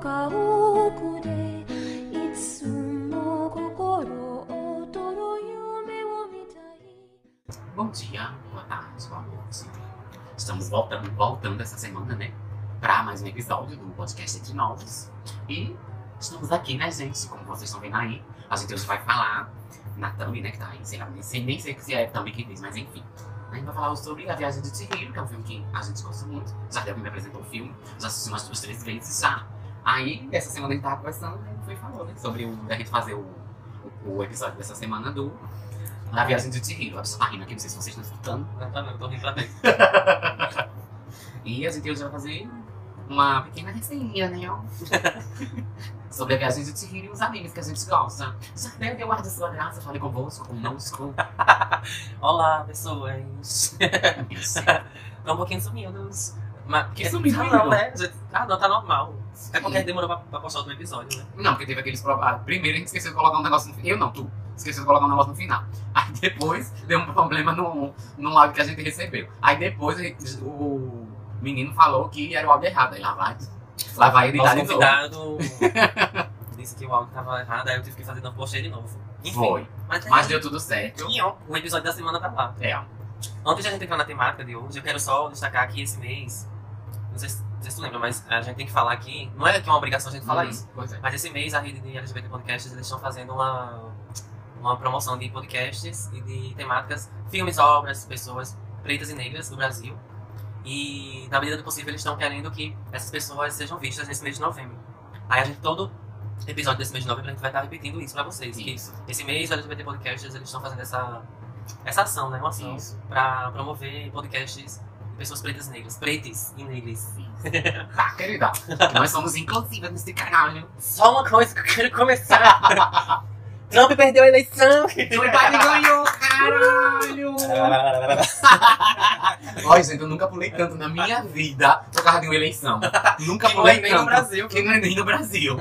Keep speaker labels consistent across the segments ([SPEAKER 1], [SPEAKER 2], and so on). [SPEAKER 1] が奥でいつも心躍る夢を見たい
[SPEAKER 2] Bom dia, boa tarde, boa noite. Estamos voltando, voltando essa semana, né? Pra mais um episódio do podcast Entre Novos. E estamos aqui, né, gente? Como vocês estão vendo aí, a gente hoje vai falar na thumb, né? Que tá aí, sei lá, nem sei, nem sei se é thumb que diz, mas enfim. A gente vai falar hoje sobre A Viagem de Chihiro, que é um filme que a gente gosta muito. Já deu me apresentou o filme, já assisti umas duas, três vezes já. Aí, essa semana a gente tava conversando, né? Foi falou, né? Sobre o, a gente fazer o, o, o episódio dessa semana do da viagem do Chihiro. A pessoa tá rindo aqui, não sei se vocês estão escutando.
[SPEAKER 3] Não, tá não, tô rindo até.
[SPEAKER 2] E a gente hoje vai fazer uma pequena resenha, né? ó? Sobre a viagem do Chihiro e os animes que a gente gosta. Já deve ter guarda sua graça, fale convosco, conosco.
[SPEAKER 3] Olá, pessoas. Tô um pouquinho sumidos. Mas,
[SPEAKER 2] Que sumido,
[SPEAKER 3] Ah,
[SPEAKER 2] menino?
[SPEAKER 3] não, né? Gente, Ah, não, tá normal. É
[SPEAKER 2] Sim.
[SPEAKER 3] porque demorou pra, pra postar outro episódio, né?
[SPEAKER 2] Não, porque teve aqueles problemas. Primeiro a gente esqueceu de colocar um negócio no final. Eu não, tu. Esqueceu de colocar um negócio no final. Aí depois deu um problema no, no áudio que a gente recebeu. Aí depois a gente- o menino falou que era o áudio errado. Aí lá vai. Lá vai editar
[SPEAKER 3] Nosso
[SPEAKER 2] de novo.
[SPEAKER 3] convidado disse que o áudio tava errado, aí eu tive que fazer não postei de novo. Enfim.
[SPEAKER 2] Foi.
[SPEAKER 3] Mas,
[SPEAKER 2] Mas
[SPEAKER 3] é,
[SPEAKER 2] deu tudo certo.
[SPEAKER 3] o episódio da semana tá lá.
[SPEAKER 2] É, ó.
[SPEAKER 3] Antes de a gente entrar na temática de hoje, eu quero só destacar que esse mês. Não sei, se- não sei se tu lembra, mas a gente tem que falar aqui. Não é que é uma obrigação a gente falar
[SPEAKER 2] Hum,
[SPEAKER 3] isso.
[SPEAKER 2] Pois é.
[SPEAKER 3] Mas esse mês a rede de LGBT Podcasts eles estão fazendo uma, uma promoção de podcasts e de temáticas, filmes, obras, pessoas pretas e negras do Brasil. E na medida do possível eles estão querendo que essas pessoas sejam vistas nesse mês de novembro. Aí a gente todo episódio desse mês de novembro a gente vai estar repetindo isso pra vocês. que
[SPEAKER 2] Isso.
[SPEAKER 3] esse mês o LGBT Podcasts eles estão fazendo essa essa ação, né, uma ação
[SPEAKER 2] Isso.
[SPEAKER 3] pra promover podcasts de pessoas pretas e negras, pretes e negras.
[SPEAKER 2] Tá, querida. Nós somos inclusivas nesse caralho.
[SPEAKER 3] Só uma coisa que eu quero começar. Trump perdeu a eleição.
[SPEAKER 2] Joe Biden ganhou, caralho!
[SPEAKER 3] Uhum.
[SPEAKER 2] Olha, gente, eu nunca pulei tanto na minha vida por causa de uma eleição. Nunca
[SPEAKER 3] Que não é
[SPEAKER 2] pulei
[SPEAKER 3] nem
[SPEAKER 2] tanto.
[SPEAKER 3] no Brasil.
[SPEAKER 2] Que não é nem no Brasil.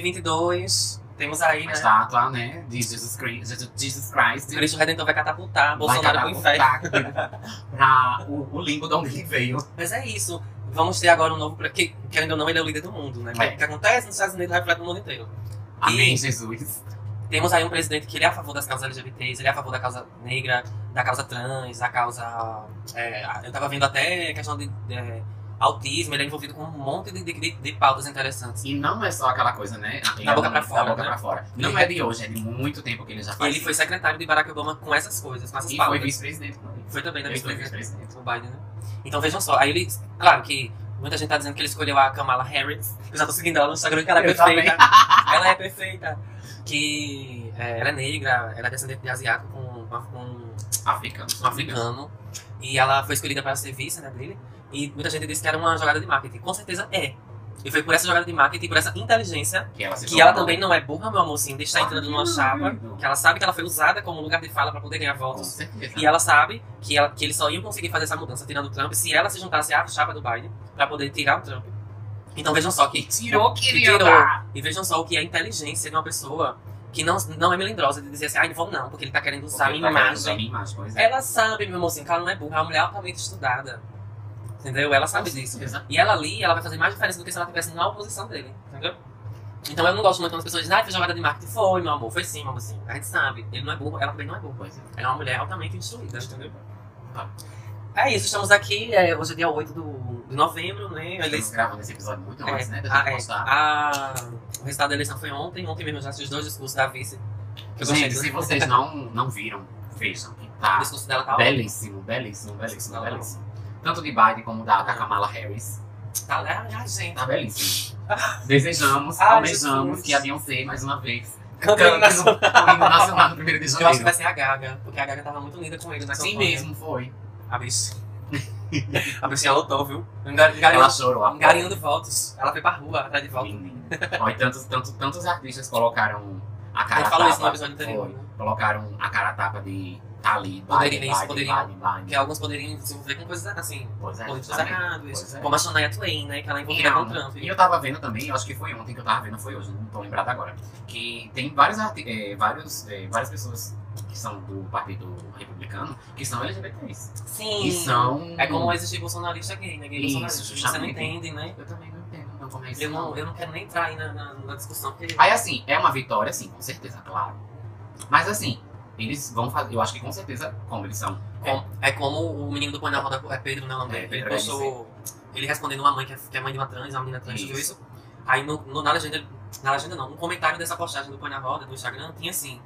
[SPEAKER 3] 2022, temos aí,
[SPEAKER 2] A
[SPEAKER 3] né?
[SPEAKER 2] estátua, né? De Jesus Christ. Jesus- Jesus Christ.
[SPEAKER 3] O Cristo Redentor vai catapultar é Bolsonaro pro
[SPEAKER 2] vai
[SPEAKER 3] inferno.
[SPEAKER 2] catapultar né? pra o, o limbo de onde ele veio.
[SPEAKER 3] Mas é isso. Vamos ter agora um novo... pre- Que, querendo ou não, ele é o líder do mundo, né?
[SPEAKER 2] É.
[SPEAKER 3] O que acontece nos Estados Unidos reflete no mundo inteiro.
[SPEAKER 2] Amém, Jesus.
[SPEAKER 3] Temos aí um presidente que ele é a favor das causas LGBTs, ele é a favor da causa negra, da causa trans, da causa... é, eu tava vendo até questão de... é, autismo, ele é envolvido com um monte de, de, de- de pautas interessantes.
[SPEAKER 2] E não é só aquela coisa, né?
[SPEAKER 3] Da boca pra fora,
[SPEAKER 2] Da boca
[SPEAKER 3] né?
[SPEAKER 2] pra fora. Não é de hoje, é de muito tempo que ele já faz.
[SPEAKER 3] Ele foi secretário de Barack Obama com essas coisas, com essas
[SPEAKER 2] E foi
[SPEAKER 3] pautas.
[SPEAKER 2] vice-presidente. não é?
[SPEAKER 3] Foi também da
[SPEAKER 2] Ele foi
[SPEAKER 3] vice-presidência.
[SPEAKER 2] vice-presidente.
[SPEAKER 3] O Biden, né? Então vejam só, aí ele. Claro que muita gente tá dizendo que ele escolheu a Kamala Harris. Eu já tô seguindo ela no Instagram, que ela é
[SPEAKER 2] Eu também.
[SPEAKER 3] perfeita. ela é perfeita. Que é, ela é negra, ela é descendente de asiático com, com um
[SPEAKER 2] Africano.
[SPEAKER 3] africano. E ela foi escolhida para ser vice né, dele. E muita gente disse que era uma jogada de marketing. Com certeza é. E foi por essa jogada de marketing, por essa inteligência,
[SPEAKER 2] Que ela, se
[SPEAKER 3] que ela
[SPEAKER 2] tornou-
[SPEAKER 3] também é não é burra, meu amorzinho, deixa entrando numa chapa. Que ela sabe que ela foi usada como lugar de fala para poder ganhar
[SPEAKER 2] Com
[SPEAKER 3] votos.
[SPEAKER 2] certeza.
[SPEAKER 3] E ela sabe que, ela, que eles só iam conseguir fazer essa mudança tirando o Trump se ela se juntasse à chapa do Biden pra poder tirar o Trump. Então vejam só que.
[SPEAKER 2] tirou,
[SPEAKER 3] que
[SPEAKER 2] querida.
[SPEAKER 3] tirou. E vejam só o que é a inteligência de uma pessoa que não, não é melindrosa de dizer assim, ai, não vou não, porque ele tá querendo usar a minha imagem.
[SPEAKER 2] imagem, pois é.
[SPEAKER 3] Ela sabe, meu mocinho, que ela não é burra, é uma mulher altamente estudada. Entendeu? Ela sabe
[SPEAKER 2] Com
[SPEAKER 3] disso.
[SPEAKER 2] certeza.
[SPEAKER 3] E ela ali, ela vai fazer mais diferença do que se ela estivesse na oposição dele, entendeu? Então eu não gosto muito quando as pessoas dizem, ah, foi jogada de marketing. Foi, meu amor, foi sim, meu mocinho. A gente sabe, ele não é burro, ela também não é burra.
[SPEAKER 2] Pois é.
[SPEAKER 3] Ela é uma mulher altamente instruída, entendeu?
[SPEAKER 2] Tá.
[SPEAKER 3] É isso, estamos aqui, é, hoje é dia 8 do, de novembro, né? A
[SPEAKER 2] Eles
[SPEAKER 3] eleição.
[SPEAKER 2] gravam esse episódio muito
[SPEAKER 3] É,
[SPEAKER 2] antes, né? Da gente
[SPEAKER 3] a, é,
[SPEAKER 2] postar.
[SPEAKER 3] a- o resultado da eleição foi ontem, ontem mesmo eu já assisti os dois discursos da vice. Que eu gostei
[SPEAKER 2] Gente, se
[SPEAKER 3] do
[SPEAKER 2] vocês não, não viram, vejam que tá
[SPEAKER 3] o discurso dela, tá ótimo.
[SPEAKER 2] belíssimo, belíssimo, belíssimo,
[SPEAKER 3] Não, não.
[SPEAKER 2] belíssimo. Tanto de Biden como da, da Kamala Harris.
[SPEAKER 3] Tá, ah, ah, gente.
[SPEAKER 2] Tá belíssimo. Desejamos,
[SPEAKER 3] Ai,
[SPEAKER 2] almejamos
[SPEAKER 3] Ah, Jesus.
[SPEAKER 2] que a Beyoncé, mais uma vez, cante
[SPEAKER 3] Cantando nas-
[SPEAKER 2] no no hino nacional no primeiro de
[SPEAKER 3] Eu acho que
[SPEAKER 2] janeiro.
[SPEAKER 3] vai ser a Gaga, porque a Gaga tava muito unida com ele na
[SPEAKER 2] Assim
[SPEAKER 3] campanha.
[SPEAKER 2] mesmo foi.
[SPEAKER 3] A bicha. a bichinha lotou, viu? Um Engari-
[SPEAKER 2] Ela
[SPEAKER 3] engari-
[SPEAKER 2] chorou. a
[SPEAKER 3] Engariando um votos. Ela foi pra rua, atrás de votos.
[SPEAKER 2] Menina. Ó, e tantos, tantos, tantos artistas colocaram a
[SPEAKER 3] A
[SPEAKER 2] cara
[SPEAKER 3] gente falou
[SPEAKER 2] tapa.
[SPEAKER 3] isso no episódio anterior.
[SPEAKER 2] Foi.
[SPEAKER 3] né?
[SPEAKER 2] Colocaram a cara tapa de tá ali,
[SPEAKER 3] Poderiam,
[SPEAKER 2] Biden,
[SPEAKER 3] isso
[SPEAKER 2] Biden,
[SPEAKER 3] poderiam.
[SPEAKER 2] Biden, Biden.
[SPEAKER 3] Porque alguns poderiam se envolver com coisas assim,
[SPEAKER 2] Pois é,
[SPEAKER 3] políticos
[SPEAKER 2] também.
[SPEAKER 3] errados,
[SPEAKER 2] Pois é.
[SPEAKER 3] como a Shania Twain, né, que ela é envolvida com o Trump.
[SPEAKER 2] E eu tava vendo também, eu acho que foi ontem que eu tava vendo, foi hoje, não tô lembrado agora. Que tem vários, arti- eh, vários, eh, várias pessoas que são do Partido Republicano que são LGBTs.
[SPEAKER 3] Sim,
[SPEAKER 2] E são.
[SPEAKER 3] é como existir bolsonarista gay, né, gay
[SPEAKER 2] Isso,
[SPEAKER 3] bolsonarista, você não
[SPEAKER 2] justamente.
[SPEAKER 3] entende, né.
[SPEAKER 2] Eu também não entendo, não. como é isso.
[SPEAKER 3] Eu não, eu não quero nem entrar aí na, na- na discussão, porque.
[SPEAKER 2] Aí assim, é uma vitória, sim, com certeza, claro. Mas assim, eles vão fazer. Eu acho que com certeza, como eles são.
[SPEAKER 3] com- é como o menino do Põe na Roda, é Pedro, não é o nome
[SPEAKER 2] É,
[SPEAKER 3] dele. ele
[SPEAKER 2] Pedro
[SPEAKER 3] postou. Ele respondendo uma mãe que é, que é mãe de uma trans, uma menina trans,
[SPEAKER 2] Isso.
[SPEAKER 3] viu isso? Aí no, no- na legenda, na legenda não, um comentário dessa postagem do Põe na Roda, do Instagram, tinha assim.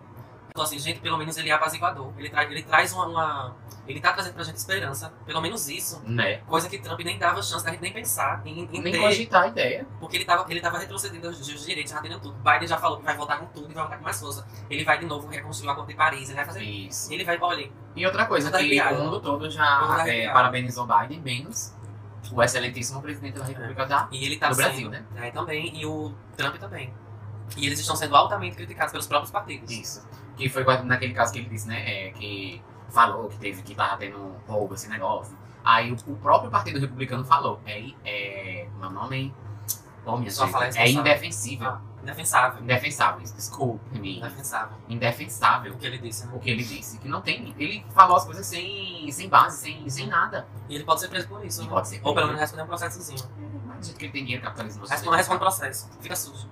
[SPEAKER 3] Então assim, gente, pelo menos ele é apaziguador. Ele, tra ele traz uma, uma- Ele tá trazendo pra gente esperança, pelo menos isso.
[SPEAKER 2] Né?
[SPEAKER 3] Coisa que Trump nem dava chance da gente nem pensar, em, em
[SPEAKER 2] Nem
[SPEAKER 3] ter,
[SPEAKER 2] cogitar a ideia.
[SPEAKER 3] porque ele tava, ele tava retrocedendo os, os direitos, ratando tudo. Biden já falou que vai voltar com tudo e vai voltar com mais força. Ele vai de novo reconstruir o acordo de Paris, ele vai fazer.
[SPEAKER 2] Isso.
[SPEAKER 3] Ele vai, olha,
[SPEAKER 2] E outra coisa,
[SPEAKER 3] Vou dar
[SPEAKER 2] que o
[SPEAKER 3] piada.
[SPEAKER 2] mundo todo
[SPEAKER 3] Vou
[SPEAKER 2] já
[SPEAKER 3] dar
[SPEAKER 2] é,
[SPEAKER 3] piada.
[SPEAKER 2] parabenizou Biden, menos o excelentíssimo presidente da República da.
[SPEAKER 3] E ele tá
[SPEAKER 2] No
[SPEAKER 3] sendo,
[SPEAKER 2] Brasil, né?
[SPEAKER 3] É, também, e o Trump também. E eles estão sendo altamente criticados pelos próprios partidos.
[SPEAKER 2] Isso. Que foi quando- naquele caso que ele disse, né? é, que falou que teve que tava tendo roubo, esse negócio. Aí o, o próprio Partido Republicano falou. É. é meu nome, hein? Ô, minha
[SPEAKER 3] Só
[SPEAKER 2] gente,
[SPEAKER 3] falar
[SPEAKER 2] é
[SPEAKER 3] responsável.
[SPEAKER 2] indefensível.
[SPEAKER 3] Indefensável.
[SPEAKER 2] Indefensável, desculpe-me.
[SPEAKER 3] Indefensável.
[SPEAKER 2] Indefensável.
[SPEAKER 3] O que ele disse,
[SPEAKER 2] o
[SPEAKER 3] né?
[SPEAKER 2] que ele disse, que não tem. Ele falou as coisas sem, sem base, sem, sem nada.
[SPEAKER 3] E ele pode ser preso por isso,
[SPEAKER 2] Ele
[SPEAKER 3] né?
[SPEAKER 2] pode ser É,
[SPEAKER 3] Ou pelo
[SPEAKER 2] preso.
[SPEAKER 3] menos responder um processozinho.
[SPEAKER 2] Do jeito que ele tem dinheiro, capitalismo.
[SPEAKER 3] Responde, responde um processo. Fica sujo.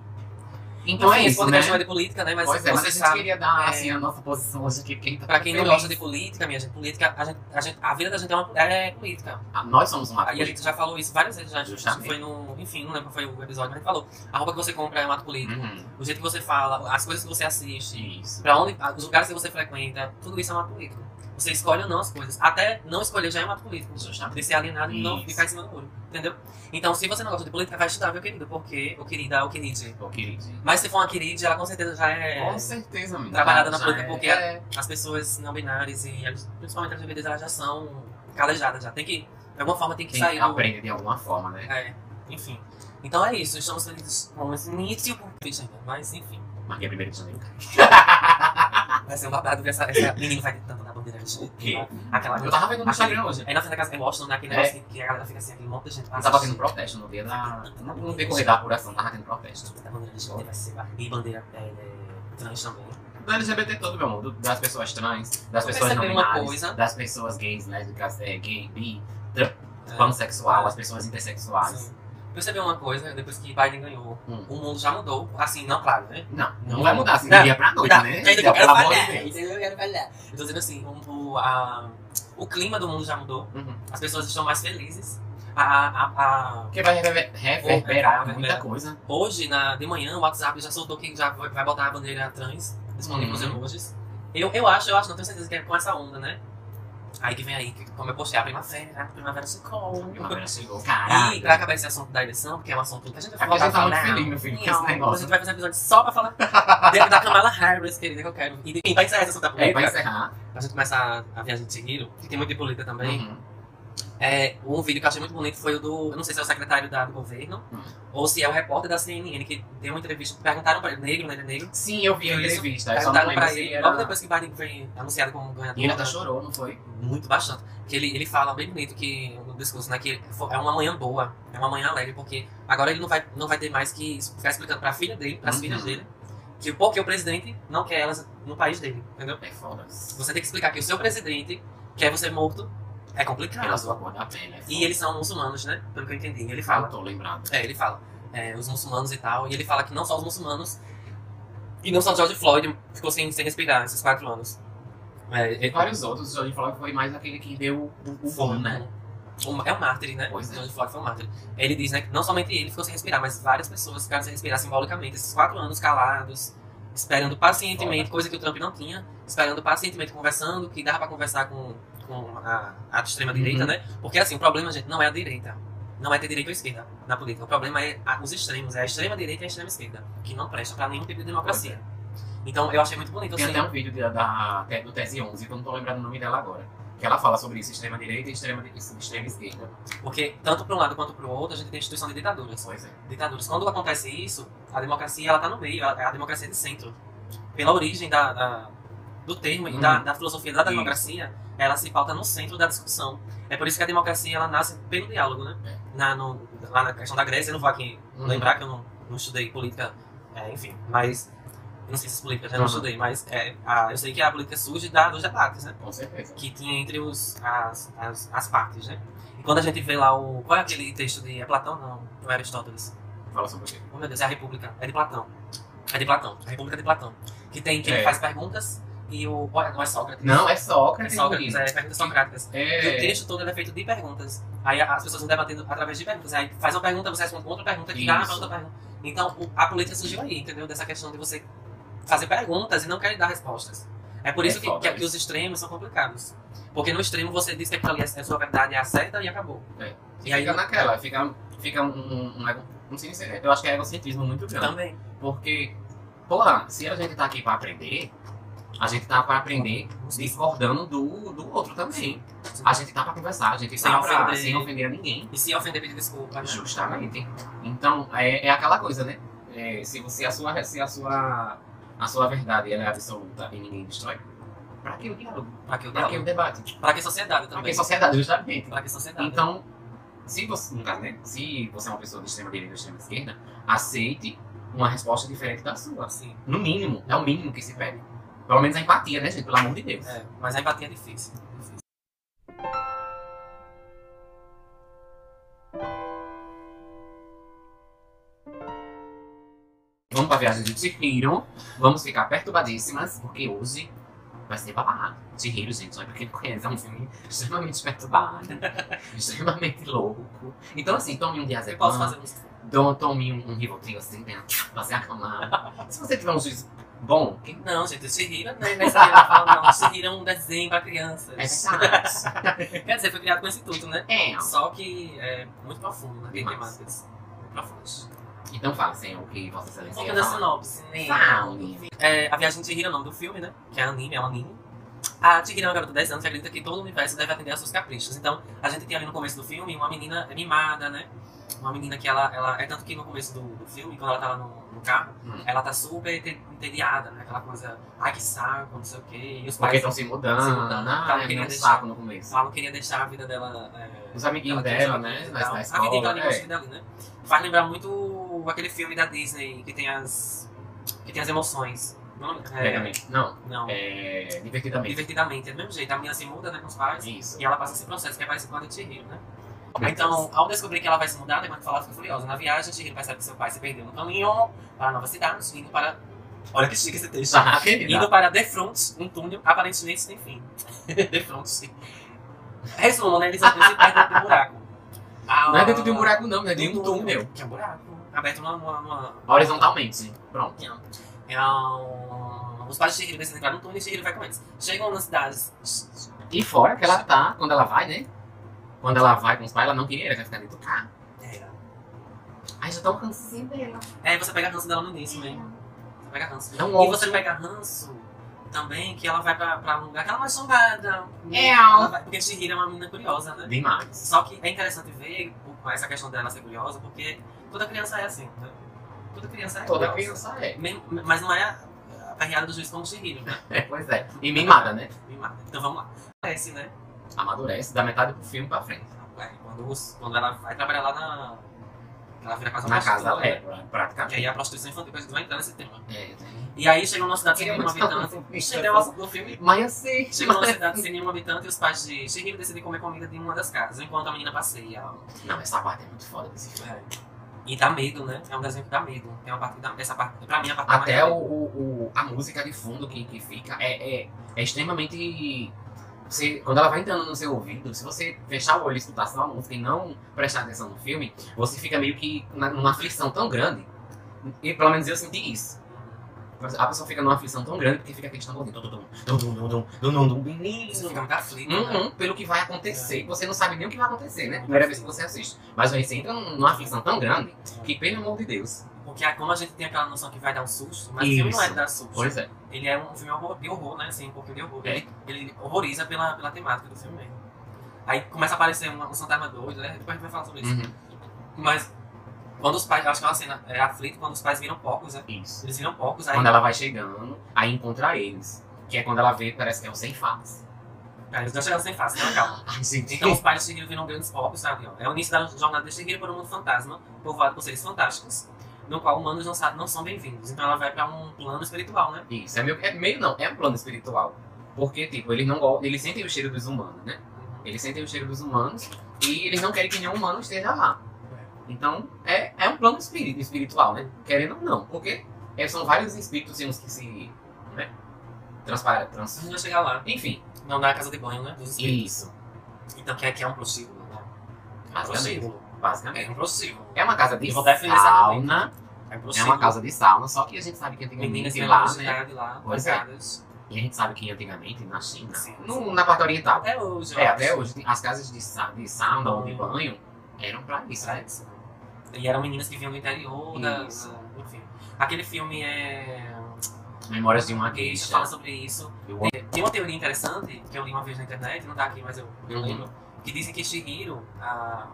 [SPEAKER 2] Então
[SPEAKER 3] Enfim,
[SPEAKER 2] é
[SPEAKER 3] esse
[SPEAKER 2] isso, né?
[SPEAKER 3] podcast não é de política, né? Mas
[SPEAKER 2] Pois é,
[SPEAKER 3] você
[SPEAKER 2] mas a gente
[SPEAKER 3] sabe.
[SPEAKER 2] queria dar
[SPEAKER 3] é,
[SPEAKER 2] assim, a nossa posição hoje aqui. Quem tá
[SPEAKER 3] Pra quem não
[SPEAKER 2] feliz.
[SPEAKER 3] gosta de política, minha gente, política, a, gente, a, gente, a vida da gente é, uma, é política.
[SPEAKER 2] Ah, Nós somos uma
[SPEAKER 3] Aí a gente já falou isso várias vezes já. Acho que
[SPEAKER 2] Justamente.
[SPEAKER 3] foi no. Enfim, não lembro qual foi o episódio, mas a gente falou. A roupa que você compra é um ato político.
[SPEAKER 2] Uhum.
[SPEAKER 3] O jeito que você fala, as coisas que você assiste,
[SPEAKER 2] Isso.
[SPEAKER 3] Pra onde, os lugares que você frequenta, tudo isso é um ato político. Você escolhe ou não as coisas. Até não escolher já é um ato político.
[SPEAKER 2] Justamente.
[SPEAKER 3] De ser alienado e não
[SPEAKER 2] Isso.
[SPEAKER 3] ficar em cima do muro. Entendeu? Então, se você não gosta de política, vai estudar, meu querido. Porque, ou querida, ou queride.
[SPEAKER 2] Ô, querido.
[SPEAKER 3] Mas se for uma querida, ela com certeza já é.
[SPEAKER 2] Com certeza, menina.
[SPEAKER 3] Trabalhada
[SPEAKER 2] Já
[SPEAKER 3] na política,
[SPEAKER 2] é-
[SPEAKER 3] porque-
[SPEAKER 2] é.
[SPEAKER 3] As pessoas não binárias e elas- principalmente as LGBTs, elas já são calejadas. Já tem que, de alguma forma, tem que
[SPEAKER 2] Tem
[SPEAKER 3] sair.
[SPEAKER 2] que
[SPEAKER 3] do-
[SPEAKER 2] aprender de alguma forma, né?
[SPEAKER 3] É, enfim. Então é isso. Estamos felizes com esse início. né? Mas, enfim.
[SPEAKER 2] Marquei primeiro de janeiro.
[SPEAKER 3] Vai ser um babado ver essa, essa menina vai tentando na bandeira.
[SPEAKER 2] O quê?
[SPEAKER 3] Aquela
[SPEAKER 2] Eu tava vendo no
[SPEAKER 3] Aquele-
[SPEAKER 2] Instagram hoje.
[SPEAKER 3] Aí na frente da casa em Washington, né? Aquele
[SPEAKER 2] É. tá
[SPEAKER 3] negócio que- que a galera fica assim, aquele monte de gente
[SPEAKER 2] Eu tava tendo protesto no dia da. No no decorrer da apuração, tava tendo protesto.
[SPEAKER 3] Da bandeira LGBT vai ser. E bandeira é, é, trans também.
[SPEAKER 2] Do LGBT todo, meu mundo. Das pessoas trans, das
[SPEAKER 3] Eu
[SPEAKER 2] pessoas não
[SPEAKER 3] percebi uma
[SPEAKER 2] binárias,
[SPEAKER 3] coisa.
[SPEAKER 2] das pessoas gays, lésbicas, é, gay, bi, É. pansexual, as pessoas intersexuais.
[SPEAKER 3] Sim. É, Percebeu uma coisa, depois que Biden ganhou,
[SPEAKER 2] Hum.
[SPEAKER 3] o mundo já mudou. Assim, não, claro, né?
[SPEAKER 2] Não, não,
[SPEAKER 3] Não.
[SPEAKER 2] vai mudar assim, do
[SPEAKER 3] Não.
[SPEAKER 2] dia pra noite,
[SPEAKER 3] Tá,
[SPEAKER 2] né?
[SPEAKER 3] ainda que
[SPEAKER 2] Então,
[SPEAKER 3] eu quero
[SPEAKER 2] pelo amor
[SPEAKER 3] falar.
[SPEAKER 2] de Deus.
[SPEAKER 3] ainda que eu quero falar. Tô dizendo assim, o, o, a- o clima do mundo já mudou,
[SPEAKER 2] Uhum.
[SPEAKER 3] as pessoas estão mais felizes. A, a, a-
[SPEAKER 2] Porque vai rever- reverberar
[SPEAKER 3] Vai
[SPEAKER 2] muita
[SPEAKER 3] reverberar.
[SPEAKER 2] coisa.
[SPEAKER 3] Hoje, na, de manhã, o WhatsApp já soltou que já vai, vai botar a bandeira trans disponível nos
[SPEAKER 2] Uhum.
[SPEAKER 3] emojis. Eu, eu acho, eu acho, não tenho certeza que é com essa onda, né? Aí que vem aí, que, como eu postei a primavera, a primavera se come.
[SPEAKER 2] Primavera chegou,
[SPEAKER 3] E pra
[SPEAKER 2] caralho.
[SPEAKER 3] acabar esse assunto da eleição, porque é um assunto que a gente vai
[SPEAKER 2] É porque a gente tá
[SPEAKER 3] falar,
[SPEAKER 2] muito
[SPEAKER 3] não,
[SPEAKER 2] feliz, meu filho, com
[SPEAKER 3] não,
[SPEAKER 2] esse negócio.
[SPEAKER 3] A gente vai fazer um episódio só pra falar de- da Kamala Harris, querida, que eu quero. E enfim, pra encerrar esse assunto da
[SPEAKER 2] É, pra
[SPEAKER 3] política,
[SPEAKER 2] encerrar.
[SPEAKER 3] pra gente começar a, a viagem de Chihiro, que tem muito de política também,
[SPEAKER 2] Uhum.
[SPEAKER 3] é, um vídeo que eu achei muito bonito foi o do. Eu não sei se é o secretário da- do governo,
[SPEAKER 2] Hum.
[SPEAKER 3] ou se é o repórter da CNN, que deu uma entrevista. Perguntaram pra ele, negro, né? Ele é negro.
[SPEAKER 2] Sim, eu vi a
[SPEAKER 3] Isso.
[SPEAKER 2] entrevista. É, Eu só não
[SPEAKER 3] Perguntaram
[SPEAKER 2] lembro
[SPEAKER 3] pra
[SPEAKER 2] se
[SPEAKER 3] ele, logo
[SPEAKER 2] era...
[SPEAKER 3] depois que Biden foi anunciado como ganhador.
[SPEAKER 2] E ele até chorou, não foi?
[SPEAKER 3] Muito bastante. Que ele, ele fala bem bonito que no discurso, né? Que fo- é uma manhã boa, é uma manhã alegre, porque agora ele não vai, não vai ter mais que ficar explicando pra filha dele, pras
[SPEAKER 2] Uhum.
[SPEAKER 3] filhas dele, que porque o presidente não quer elas no país dele, entendeu?
[SPEAKER 2] É foda.
[SPEAKER 3] Você tem que explicar que o seu presidente quer você morto, é
[SPEAKER 2] Pela
[SPEAKER 3] complicado.
[SPEAKER 2] sua cor da pele. é foda.
[SPEAKER 3] E eles são muçulmanos, né? Pelo que eu entendi. Ele
[SPEAKER 2] Não
[SPEAKER 3] fala.
[SPEAKER 2] tô lembrado.
[SPEAKER 3] É, ele fala. é, os muçulmanos e tal. E ele fala que não só os muçulmanos. E não só George Floyd ficou sem, sem respirar esses quatro anos. É,
[SPEAKER 2] Tem
[SPEAKER 3] ele
[SPEAKER 2] vários outros, o Johnny falou que foi mais aquele que deu o o bom, né?
[SPEAKER 3] Um- é um mártir, né?
[SPEAKER 2] Pois é.
[SPEAKER 3] George Floyd foi um mártir. Ele diz, né, que não somente ele ficou sem respirar, mas várias pessoas ficaram sem respirar simbolicamente. Esses quatro anos calados, esperando pacientemente, coisa que o Trump não tinha, esperando pacientemente, conversando, que dava pra conversar com, com a, a extrema-direita,
[SPEAKER 2] Uhum.
[SPEAKER 3] né? Porque, assim, o problema, gente, não é a direita. Não é ter direita ou esquerda na política. O problema é a- os extremos. É a extrema-direita e a extrema-esquerda, que não presta pra nenhum tipo de democracia. Então, eu achei muito bonito,
[SPEAKER 2] é. Tem
[SPEAKER 3] assim.
[SPEAKER 2] até um vídeo da, da- até do Tese 11, que eu não tô lembrando o nome dela agora. Que ela fala sobre isso, extrema direita e extrema, di- extrema esquerda.
[SPEAKER 3] Porque, tanto pra um lado quanto pro outro, a gente tem a instituição de assim. ditaduras.
[SPEAKER 2] Pois é.
[SPEAKER 3] ditaduras. Quando acontece isso, a democracia ela tá no meio, ela- a democracia é de centro. Pela origem da, da- do termo e
[SPEAKER 2] Uhum.
[SPEAKER 3] da, da filosofia da
[SPEAKER 2] Isso.
[SPEAKER 3] democracia, ela se pauta no centro da discussão. É por isso que a democracia ela nasce pelo diálogo, né? Na, no- lá na questão da Grécia, eu não vou aqui
[SPEAKER 2] É. Uhum.
[SPEAKER 3] lembrar que eu não, não estudei política, é, enfim, mas. eu Não sei se é política, eu já não
[SPEAKER 2] Uhum.
[SPEAKER 3] estudei, mas é, a- eu sei que a política surge da, dos debates, né?
[SPEAKER 2] Com certeza.
[SPEAKER 3] que tinha entre os, as, as, as partes, né? E quando a gente vê lá o. Qual é aquele texto de. É Platão? Não, não é Aristóteles.
[SPEAKER 2] Fala sobre o quê?
[SPEAKER 3] Oh, meu Deus, é a República. É de Platão. É de Platão. A República é de Platão. Que tem que ele
[SPEAKER 2] É.
[SPEAKER 3] faz perguntas e o. Olha, não é Sócrates.
[SPEAKER 2] Não, é
[SPEAKER 3] é
[SPEAKER 2] Sócrates,
[SPEAKER 3] Sócrates,
[SPEAKER 2] menino.
[SPEAKER 3] é perguntas socráticas. E o
[SPEAKER 2] É.
[SPEAKER 3] texto todo ele é feito de perguntas. Aí a- as pessoas vão debatendo através de perguntas. Aí faz uma pergunta, você responde com outra pergunta, que dá
[SPEAKER 2] Isso.
[SPEAKER 3] outra pergunta. Então o- a política surgiu aí, entendeu? Dessa questão de você fazer perguntas e não querer dar respostas. É por
[SPEAKER 2] É
[SPEAKER 3] isso que,
[SPEAKER 2] foda
[SPEAKER 3] que, que
[SPEAKER 2] isso.
[SPEAKER 3] os extremos são complicados. Porque no extremo você diz que aquilo ali é a sua verdade, é a certa e acabou.
[SPEAKER 2] E aí fica naquela, fica, fica um, um, um, ego- não sei se- Eu acho que é egocentrismo muito grande.
[SPEAKER 3] Também.
[SPEAKER 2] Porque, porra, se a gente tá aqui pra aprender, a gente tá pra aprender discordando do, do outro também. A gente tá pra conversar, a gente
[SPEAKER 3] Sem
[SPEAKER 2] tá pra,
[SPEAKER 3] ofender.
[SPEAKER 2] sem ofender a ninguém.
[SPEAKER 3] E se ofender, pedir desculpa. né?
[SPEAKER 2] Justamente. Então, é, é aquela coisa, né? É, se você a sua, se a sua, a sua verdade ela é absoluta e ninguém destrói, pra que o diálogo?
[SPEAKER 3] Pra que o
[SPEAKER 2] Pra que
[SPEAKER 3] diálogo?
[SPEAKER 2] o debate?
[SPEAKER 3] Pra que sociedade
[SPEAKER 2] Pra que
[SPEAKER 3] também?
[SPEAKER 2] a sociedade, justamente?
[SPEAKER 3] Pra que sociedade?
[SPEAKER 2] Então, se você, no caso, né? se você é uma pessoa de extrema direita ou de extrema esquerda, aceite uma resposta diferente da sua.
[SPEAKER 3] assim.
[SPEAKER 2] No mínimo, é o mínimo que se pede. Pelo menos a empatia, né, gente? Pelo amor de Deus.
[SPEAKER 3] É, mas a empatia é difícil. difícil.
[SPEAKER 2] Vamos pra viagem de Chihiro. Vamos ficar perturbadíssimas, porque hoje vai ser babado. Chihiro, gente, só é pra quem não conhece, é um filme extremamente perturbado, extremamente louco. Então, assim, tome um
[SPEAKER 3] Eu
[SPEAKER 2] diazepam.
[SPEAKER 3] posso fazer música.
[SPEAKER 2] Dom- Tome um, um Rivotril, assim, pra fazer a camada. se você tiver um juiz bom, que
[SPEAKER 3] Não, gente, Shihira não é não, não. Shihira é um desenho pra crianças.
[SPEAKER 2] é chato.
[SPEAKER 3] Quer dizer, foi criado com esse intuito, né?
[SPEAKER 2] É,
[SPEAKER 3] Só que é muito profundo, né? Tem
[SPEAKER 2] Demais.
[SPEAKER 3] temáticas muito profundas.
[SPEAKER 2] Então façam o que Vossa
[SPEAKER 3] Vamos
[SPEAKER 2] Excelência
[SPEAKER 3] fazer a
[SPEAKER 2] fala.
[SPEAKER 3] sinopse, né?
[SPEAKER 2] Fale.
[SPEAKER 3] É, a Viagem de Chihiro é o nome do filme, né? Que é anime, é um anime. A Chihiro é uma garota de 10 anos que acredita que todo o universo deve atender aos seus caprichos. Então, a gente tem ali no começo do filme uma menina mimada, né? Uma menina que ela... ela é tanto que no começo do, do filme, quando ela tá lá no, no carro,
[SPEAKER 2] Hum.
[SPEAKER 3] ela tá super ente- entediada, né? Aquela coisa, ai que saco, não sei o quê. E os
[SPEAKER 2] Porque
[SPEAKER 3] pais
[SPEAKER 2] estão se mudando.
[SPEAKER 3] Se mudando.
[SPEAKER 2] Ah,
[SPEAKER 3] Ela
[SPEAKER 2] é
[SPEAKER 3] queria
[SPEAKER 2] um
[SPEAKER 3] deixar-
[SPEAKER 2] saco no começo.
[SPEAKER 3] falam que queria deixar a vida dela... é,
[SPEAKER 2] Os amiguinhos
[SPEAKER 3] ela tem
[SPEAKER 2] dela,
[SPEAKER 3] os
[SPEAKER 2] né?
[SPEAKER 3] amiguinhos e
[SPEAKER 2] Mas
[SPEAKER 3] tal.
[SPEAKER 2] na
[SPEAKER 3] A vida que ela
[SPEAKER 2] escola.
[SPEAKER 3] tem gosto
[SPEAKER 2] é.
[SPEAKER 3] dela, né? Faz lembrar muito aquele filme da Disney que tem as... Que tem as emoções. Não, é,
[SPEAKER 2] Pegamente. Não,
[SPEAKER 3] não.
[SPEAKER 2] é. Divertidamente.
[SPEAKER 3] divertidamente, é do mesmo jeito. A menina se muda né, com os pais
[SPEAKER 2] Isso.
[SPEAKER 3] e ela passa esse processo que é parecido com a de Chihiro, né? Então, ao descobrir que ela vai se mudar, né, quando falar, fica furiosa. Na viagem, Chihiro percebe que seu pai se perdeu no caminho para a nova cidade, indo para. Olha que chique esse texto.
[SPEAKER 2] Ah, querida.
[SPEAKER 3] Indo para Defront, um túnel aparentemente sem fim. Defront, sim. Resumo, né? Eles entram e se perdem dentro de um buraco. Ah,
[SPEAKER 2] Não é dentro de um buraco, não, não é de um
[SPEAKER 3] do
[SPEAKER 2] túnel.
[SPEAKER 3] Que é um buraco. Aberto numa- numa- numa,
[SPEAKER 2] Horizontalmente. Pronto.
[SPEAKER 3] Então, é os pais de Shihiro precisam entrar no túnel e Shihiro vai com eles. Chegam nas cidades.
[SPEAKER 2] E fora que ela tá, quando ela vai, né? Quando ela vai com os pais, ela não queria, ela quer ficar dentro do carro. Aí já tá um cansinho dela.
[SPEAKER 3] É, aí você pega ranço dela no início mesmo. Você pega ranço.
[SPEAKER 2] Não
[SPEAKER 3] E
[SPEAKER 2] gosto.
[SPEAKER 3] você pega ranço também que ela vai pra, pra um lugar que ela não é chumbada.
[SPEAKER 2] É.
[SPEAKER 3] Ela vai- Porque Shihiro é uma menina curiosa, né?
[SPEAKER 2] Demais.
[SPEAKER 3] Só que é interessante ver com essa questão dela ser curiosa, porque toda criança é assim, né? Toda criança é
[SPEAKER 2] Toda
[SPEAKER 3] curiosa.
[SPEAKER 2] criança é.
[SPEAKER 3] Mesmo- Mas não é a perreada do juiz como Shihiro, né?
[SPEAKER 2] É, Pois é. E mimada, né?
[SPEAKER 3] Me mata. Então vamos lá. Parece, né?
[SPEAKER 2] Amadurece da metade do filme pra frente.
[SPEAKER 3] É, quando, os- quando ela vai trabalhar lá na. Ela vira quase
[SPEAKER 2] Na
[SPEAKER 3] uma
[SPEAKER 2] casa,
[SPEAKER 3] prostituta,
[SPEAKER 2] é,
[SPEAKER 3] né? E
[SPEAKER 2] praticamente.
[SPEAKER 3] aí a prostituição infantil, que a gente vai entrar nesse tema.
[SPEAKER 2] É, tem-
[SPEAKER 3] E aí chegam numa cidade sem
[SPEAKER 2] Queria
[SPEAKER 3] nenhum
[SPEAKER 2] muito falar
[SPEAKER 3] habitante.
[SPEAKER 2] sobre isso. é
[SPEAKER 3] Chegam ao do filme.
[SPEAKER 2] Mas assim,
[SPEAKER 3] Chegam numa cidade sem nenhum habitante e os pais de Shihiro decidem comer comida de uma das casas, enquanto a menina passeia.
[SPEAKER 2] Não, essa parte é muito foda desse filme.
[SPEAKER 3] E dá medo, né? É um desenho que dá medo. Tem uma parte que dá. Essa parte, pra mim, a parte
[SPEAKER 2] Até
[SPEAKER 3] da
[SPEAKER 2] o, o- o- a música de fundo que, que fica é, é, é extremamente. Você, quando ela vai entrando no seu ouvido, se você fechar o olho e escutar só a música e não prestar atenção no filme, você fica meio que na- numa aflição tão grande. E pelo menos eu senti isso. A pessoa fica numa aflição tão grande porque fica aquele tambor
[SPEAKER 3] Isso fica muito aflito. né?
[SPEAKER 2] Uhum, pelo que vai acontecer, você não sabe nem o que vai acontecer, né? Primeira vez que você assiste. Mas aí você entra numa aflição tão grande que, pelo amor de Deus.
[SPEAKER 3] Porque é como a gente tem aquela noção que vai dar um susto, mas o filme não é
[SPEAKER 2] Isso.
[SPEAKER 3] dar susto.
[SPEAKER 2] Pois é.
[SPEAKER 3] Ele é um filme horror- de horror, né? Assim, um pouquinho de horror.
[SPEAKER 2] É.
[SPEAKER 3] Ele, ele horroriza pela, pela temática do filme mesmo. Aí começa a aparecer um, um fantasma doido, né? Depois a gente vai falar sobre isso.
[SPEAKER 2] Uhum.
[SPEAKER 3] Mas quando os pais, eu acho que é uma cena é aflita quando os pais viram porcos, né?
[SPEAKER 2] Isso.
[SPEAKER 3] Eles viram porcos, aí
[SPEAKER 2] Quando ela vai chegando, aí encontra eles. Que é quando ela vê, parece que é o sem fatos.
[SPEAKER 3] cara, Ah, eles não chegaram sem face, não, calma.
[SPEAKER 2] Ai, gente.
[SPEAKER 3] Então os pais de Shihiro viram grandes porcos, sabe? ó. É o início da jornada de Shihiro para um mundo fantasma, povoado por seres fantásticos, no qual humanos não, sa- não são bem-vindos. Então ela vai pra um plano espiritual, né?
[SPEAKER 2] Isso, é meio, é meio não, é um plano espiritual. Porque, tipo, eles não gostam, eles sentem o cheiro dos humanos, né?
[SPEAKER 3] Uhum.
[SPEAKER 2] Eles sentem o cheiro dos humanos e eles não querem que nenhum humano esteja lá. Então, é É um plano espírito, espiritual, né? Querendo ou não, porque é, são vários espíritos uns que se. né? Transparem.
[SPEAKER 3] A
[SPEAKER 2] Trans...
[SPEAKER 3] gente vai chegar lá.
[SPEAKER 2] Enfim,
[SPEAKER 3] Não dá a casa de banho, né? Dos espíritos.
[SPEAKER 2] isso.
[SPEAKER 3] Então, que aqui é um prostíbulo, né? É um
[SPEAKER 2] Basicamente.
[SPEAKER 3] prostíbulo.
[SPEAKER 2] Basicamente.
[SPEAKER 3] É um prostíbulo.
[SPEAKER 2] Ah, É uma casa de
[SPEAKER 3] Eu vou definir essa
[SPEAKER 2] sauna.
[SPEAKER 3] É
[SPEAKER 2] É
[SPEAKER 3] um prostíbulo.
[SPEAKER 2] uma casa de sauna, só que a gente sabe que
[SPEAKER 3] Meninas
[SPEAKER 2] antigamente
[SPEAKER 3] de
[SPEAKER 2] lá,
[SPEAKER 3] lá, Tá
[SPEAKER 2] né?
[SPEAKER 3] de lá,
[SPEAKER 2] Pois é.
[SPEAKER 3] casadas.
[SPEAKER 2] E a gente sabe que antigamente na China,
[SPEAKER 3] Sim, sim.
[SPEAKER 2] no- na parte oriental,
[SPEAKER 3] Até hoje, eu
[SPEAKER 2] É,
[SPEAKER 3] acho.
[SPEAKER 2] até hoje, as casas de, sa de sauna ou de banho eram pra isso, né?
[SPEAKER 3] Sites. E eram meninas que vinham do interior, da,
[SPEAKER 2] Isso.
[SPEAKER 3] da- enfim. Aquele filme é.
[SPEAKER 2] Memórias de uma
[SPEAKER 3] Isso,
[SPEAKER 2] gueixa.
[SPEAKER 3] fala sobre isso.
[SPEAKER 2] Eu
[SPEAKER 3] Tem- Tem uma teoria interessante que eu li uma vez na internet, não tá aqui, mas eu eu
[SPEAKER 2] Uhum.
[SPEAKER 3] lembro. Que dizem que Shihiro. a-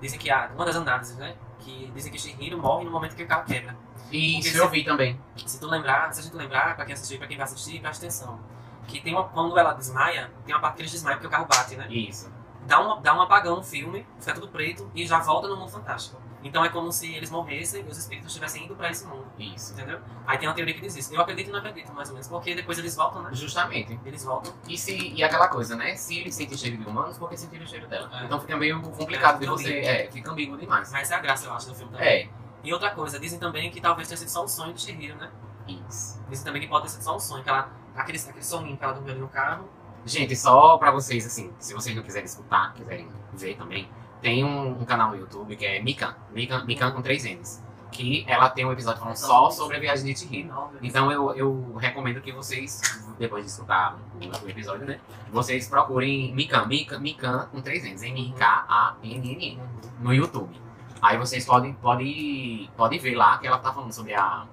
[SPEAKER 3] Dizem que a, uma das análises, né? Que dizem que Shihiro morre no momento que o carro quebra.
[SPEAKER 2] Isso
[SPEAKER 3] Porque
[SPEAKER 2] eu
[SPEAKER 3] se-
[SPEAKER 2] vi também.
[SPEAKER 3] Se tu lembrar, se a gente lembrar, pra quem assistiu e pra quem vai assistir, presta atenção. Que tem uma, quando ela desmaia, tem uma parte que eles desmaiam porque o carro bate, né?
[SPEAKER 2] Isso.
[SPEAKER 3] dá um, dá um apagão no filme, fica tudo preto e já volta no mundo fantástico. Então é como se eles morressem e os espíritos estivessem indo pra esse mundo,
[SPEAKER 2] Isso.
[SPEAKER 3] entendeu? Aí tem uma teoria que diz isso. Eu acredito e não acredito, mais ou menos, porque depois eles voltam, né?
[SPEAKER 2] Justamente.
[SPEAKER 3] Eles voltam.
[SPEAKER 2] E, se, e aquela coisa, né? Se ele sente o cheiro de humanos, por que sentir o cheiro dela?
[SPEAKER 3] É.
[SPEAKER 2] Então fica meio complicado de
[SPEAKER 3] É, fica
[SPEAKER 2] você.
[SPEAKER 3] ambíguo.
[SPEAKER 2] É, fica ambíguo demais.
[SPEAKER 3] Mas essa é a graça, eu acho, do filme também.
[SPEAKER 2] É.
[SPEAKER 3] E outra coisa, dizem também que talvez tenha sido só um sonho de Shihiro, né?
[SPEAKER 2] Isso.
[SPEAKER 3] Dizem também que pode ter sido só um sonho, que ela, aquele, aquele soninho que ela dormiu ali no carro.
[SPEAKER 2] Gente, só pra vocês, assim, se vocês não quiserem escutar, quiserem ver também, tem um, um canal no YouTube que é Mikan. Mikan, Mikan com três N's. Que ela tem um episódio falando
[SPEAKER 3] Então,
[SPEAKER 2] só sobre a viagem de Chihiro. Então eu, eu recomendo que vocês, depois de escutar o o episódio, né? Vocês procurem Mikan, Mikan, Mikan com três N's, M-I-K-A-N-N, no YouTube. Aí vocês podem, podem, podem ver lá que ela tá falando sobre a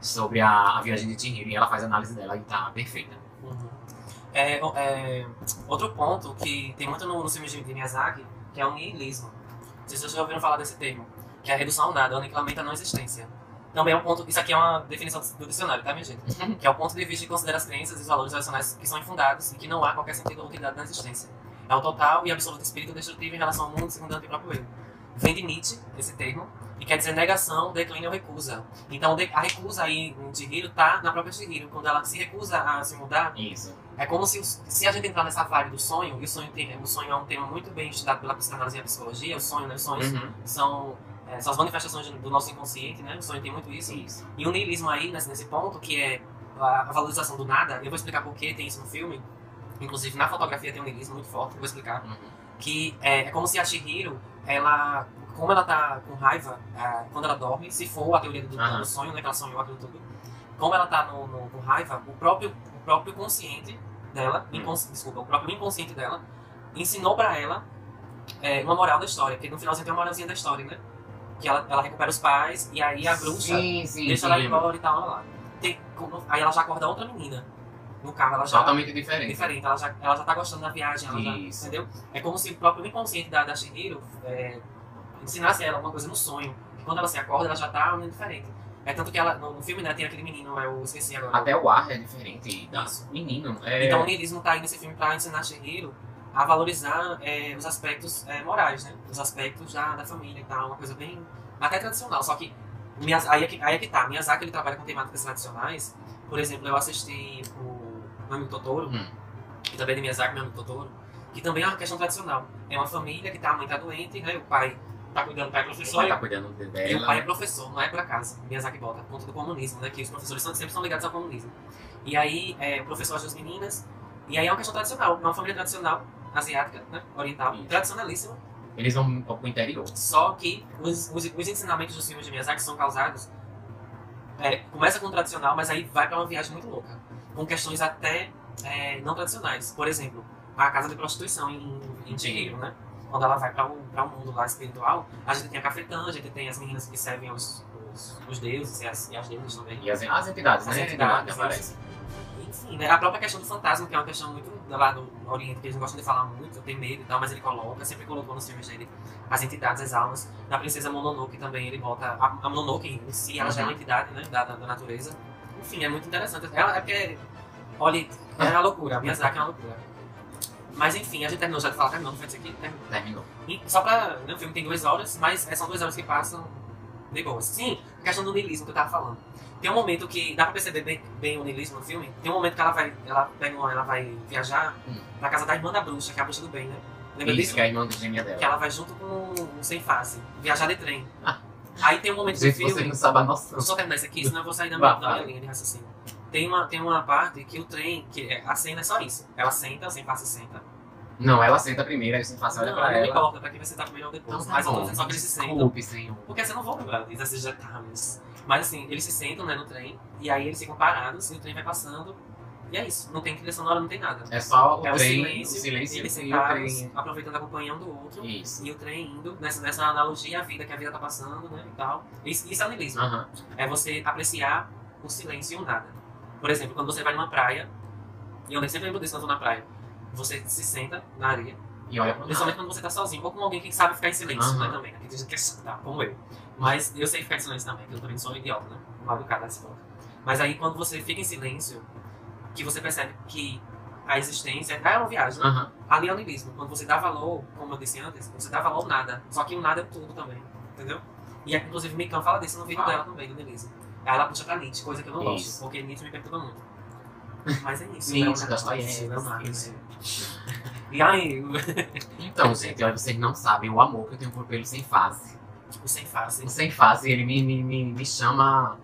[SPEAKER 2] sobre a, a viagem de Chihiro e ela faz a análise dela e tá perfeita.
[SPEAKER 3] Uhum. É, o- é, outro ponto que tem muito no, no filme de de Miyazaki, que é o niilismo. Não sei se vocês já ouviram falar desse termo, que é a redução ao nada, o aniquilamento à não existência. Também é um ponto, isso aqui é uma definição do dicionário, tá, minha gente? Que é o ponto de vista que considera as crenças e os valores racionais que são infundados e que não há qualquer sentido ou utilidade na existência. É o total e absoluto espírito destrutivo em relação ao mundo, segundo o próprio eu. Vem de Nietzsche, esse termo, e quer dizer negação, declínio ou recusa. Então de- a recusa aí de Hiro tá na própria Shihiro. Quando ela se recusa a se mudar,
[SPEAKER 2] Isso.
[SPEAKER 3] é como se, os- se a gente entrar nessa vibe do sonho, e o sonho, tem, o sonho é um tema muito bem estudado pela psicanálise e a psicologia, o sonho, né? Os sonhos
[SPEAKER 2] Uhum.
[SPEAKER 3] são, é, são as manifestações do nosso inconsciente, né? O sonho tem muito isso.
[SPEAKER 2] Isso.
[SPEAKER 3] E o niilismo aí, nesse, nesse ponto, que é a a valorização do nada, eu vou explicar por que tem isso no filme. Inclusive, na fotografia tem um niilismo muito forte, eu vou explicar
[SPEAKER 2] Uhum.
[SPEAKER 3] que é, é como se a Shihiro, ela, como ela tá com raiva ah, quando ela dorme, se for a teoria do, do
[SPEAKER 2] Aham.
[SPEAKER 3] sonho, né, que ela sonhou aquilo tudo, como ela tá no, no- com raiva, o próprio, o próprio consciente dela,
[SPEAKER 2] Hum.
[SPEAKER 3] incons, desculpa, o próprio inconsciente dela, ensinou pra ela é, uma moral da história, porque no finalzinho tem uma moralzinha da história, né? Que ela, ela recupera os pais e aí a bruxa
[SPEAKER 2] Sim, sim,
[SPEAKER 3] deixa
[SPEAKER 2] sim,
[SPEAKER 3] ela
[SPEAKER 2] lembro.
[SPEAKER 3] embora e tal, lá, lá. Tem- aí ela já acorda outra menina. No carro, ela já
[SPEAKER 2] Totalmente
[SPEAKER 3] é
[SPEAKER 2] diferente.
[SPEAKER 3] diferente, ela já, ela já tá gostando da viagem, ela já,
[SPEAKER 2] Isso.
[SPEAKER 3] entendeu? É como se o próprio inconsciente da, da Shihiro é, ensinasse ela alguma coisa no sonho. que Quando ela se acorda, ela já tá um diferente. É tanto que ela, no, no filme, né, tem aquele menino, eu esqueci agora.
[SPEAKER 2] Até o ar é diferente. Da... Menino. É...
[SPEAKER 3] Então o niilismo tá aí nesse filme pra ensinar a Shihiro a valorizar é, os aspectos é, morais, né? Os aspectos da, da família e tal, uma coisa bem... Até tradicional, só que... Miyaz- Aí é que, aí é que tá, Miyazaki ele trabalha com temáticas tradicionais. Por exemplo, eu assisti o Meu Amigo Totoro,
[SPEAKER 2] Hum.
[SPEAKER 3] que também é de Miyazaki, meu amigo Totoro, que também é uma questão tradicional. É uma família que tá, a mãe tá doente, né? O pai tá cuidando, o pai é professor
[SPEAKER 2] Ela tá cuidando dela.
[SPEAKER 3] e o pai é professor, não é por acaso. Miyazaki bota, por conta do comunismo, né? Que os professores são- sempre são ligados ao comunismo. E aí, é, o professor ajuda as meninas, e aí é uma questão tradicional, é uma família tradicional, asiática, né? Oriental,
[SPEAKER 2] Isso.
[SPEAKER 3] tradicionalíssima,
[SPEAKER 2] Eles vão um pro interior.
[SPEAKER 3] só que os, os, os ensinamentos dos filmes de Miyazaki são causados. é, começa com o tradicional, mas aí vai pra uma viagem muito louca. Com questões até é, não tradicionais. Por exemplo, a casa de prostituição em, em Chihiro, né? Quando ela vai pra o pra o mundo lá espiritual, a gente tem a cafetã, a gente tem as meninas que servem aos, os, os deuses e as, e as deusas também.
[SPEAKER 2] E as, as entidades,
[SPEAKER 3] As
[SPEAKER 2] né?
[SPEAKER 3] entidades,
[SPEAKER 2] que aparecem.
[SPEAKER 3] É, Enfim, né? A própria questão do fantasma, que é uma questão muito lá do Oriente, que eles não gostam de falar muito, tem medo e tal, mas ele coloca, sempre colocou nos filmes dele as entidades, as almas. Na Princesa Mononoke também ele bota. A, a Mononoke em si, ela
[SPEAKER 2] Uhum.
[SPEAKER 3] já é uma entidade, né? Da, da, da natureza. Enfim, é muito interessante. Ela é porque. Olha, é uma loucura, a Miyazaki é uma loucura. Mas enfim, a gente terminou já de falar, terminou, não foi isso aqui? Terminou.
[SPEAKER 2] Terminou.
[SPEAKER 3] E só pra. Né, o filme tem duas horas, mas é, são duas horas que passam de boas. Sim, a questão do niilismo que eu tava falando. Tem um momento que dá pra perceber bem, bem o niilismo no filme. Tem um momento que ela vai, ela pega uma, ela vai viajar
[SPEAKER 2] Hum.
[SPEAKER 3] pra casa da irmã da bruxa, que é a bruxa do bem, né? Lembra
[SPEAKER 2] Isso,
[SPEAKER 3] disso?
[SPEAKER 2] que é a irmã do gêmea
[SPEAKER 3] Que
[SPEAKER 2] dela.
[SPEAKER 3] ela vai junto com o Sem Face, viajar de trem. Aí tem um momento do
[SPEAKER 2] Ah. Gente, vocês
[SPEAKER 3] filme.
[SPEAKER 2] não sabem a noção.
[SPEAKER 3] Vou só terminar isso aqui, senão eu vou sair da
[SPEAKER 2] Vá,
[SPEAKER 3] minha, da minha
[SPEAKER 2] vai.
[SPEAKER 3] linha de raciocínio. Tem uma, tem uma parte que o trem, que é- a cena é só isso. Ela senta, sem face senta.
[SPEAKER 2] Não, ela senta primeiro, aí você passa, olha
[SPEAKER 3] não,
[SPEAKER 2] pra
[SPEAKER 3] não
[SPEAKER 2] ela. Então, tá
[SPEAKER 3] importa pra tá quem vai sentar primeiro ou depois. mas eu tô dizendo só que eles se sentam.
[SPEAKER 2] Desculpe, senhor.
[SPEAKER 3] Porque você não volta agora, diz esses detalhes. tá, Mas assim, eles se sentam né, no trem, e aí eles ficam parados, e o trem vai passando. E é isso. Não tem trilha sonora, não tem nada.
[SPEAKER 2] É só o
[SPEAKER 3] É
[SPEAKER 2] trem,
[SPEAKER 3] o
[SPEAKER 2] o
[SPEAKER 3] silêncio,
[SPEAKER 2] silêncio
[SPEAKER 3] eles
[SPEAKER 2] e o
[SPEAKER 3] sentados,
[SPEAKER 2] trem.
[SPEAKER 3] aproveitando a companhia um do outro.
[SPEAKER 2] Isso.
[SPEAKER 3] E o trem indo, nessa, nessa analogia à vida que a vida tá passando, né, e tal. Isso, isso é nilismo.
[SPEAKER 2] Aham.
[SPEAKER 3] é você apreciar o silêncio e o nada. Por exemplo, quando você vai numa praia, e eu nem sempre lembro disso quando eu tô na praia, você se senta na areia,
[SPEAKER 2] E olha pra
[SPEAKER 3] principalmente quando você tá sozinho, ou com alguém que sabe ficar em silêncio,
[SPEAKER 2] Aham.
[SPEAKER 3] né, também. né? Tem gente que é chata, como eu. Mas eu sei ficar em silêncio também, porque eu também sou um idiota, né? Mal educado nesse ponto. Mas aí quando você fica em silêncio, que você percebe que a existência ah, é uma viagem. né?
[SPEAKER 2] Aham.
[SPEAKER 3] Ali é o niilismo. Quando você dá valor, como eu disse antes, você dá valor ao nada. Só que o nada é tudo também, entendeu? E aqui, inclusive, Mikan fala disso no vídeo
[SPEAKER 2] Fala.
[SPEAKER 3] dela também, do niilismo. Aí ela puxa pra Nietzsche, coisa que eu não
[SPEAKER 2] Isso.
[SPEAKER 3] gosto, porque Nietzsche me perturba muito. Mas é isso.
[SPEAKER 2] Sim,
[SPEAKER 3] né?
[SPEAKER 2] isso, Dostoiévski,
[SPEAKER 3] Não dá, né?
[SPEAKER 2] isso.
[SPEAKER 3] E aí, o-
[SPEAKER 2] Então, gente, olha, vocês não sabem o amor que eu tenho por pelo sem face.
[SPEAKER 3] o sem face.
[SPEAKER 2] O sem face, ele me, me, me, me chama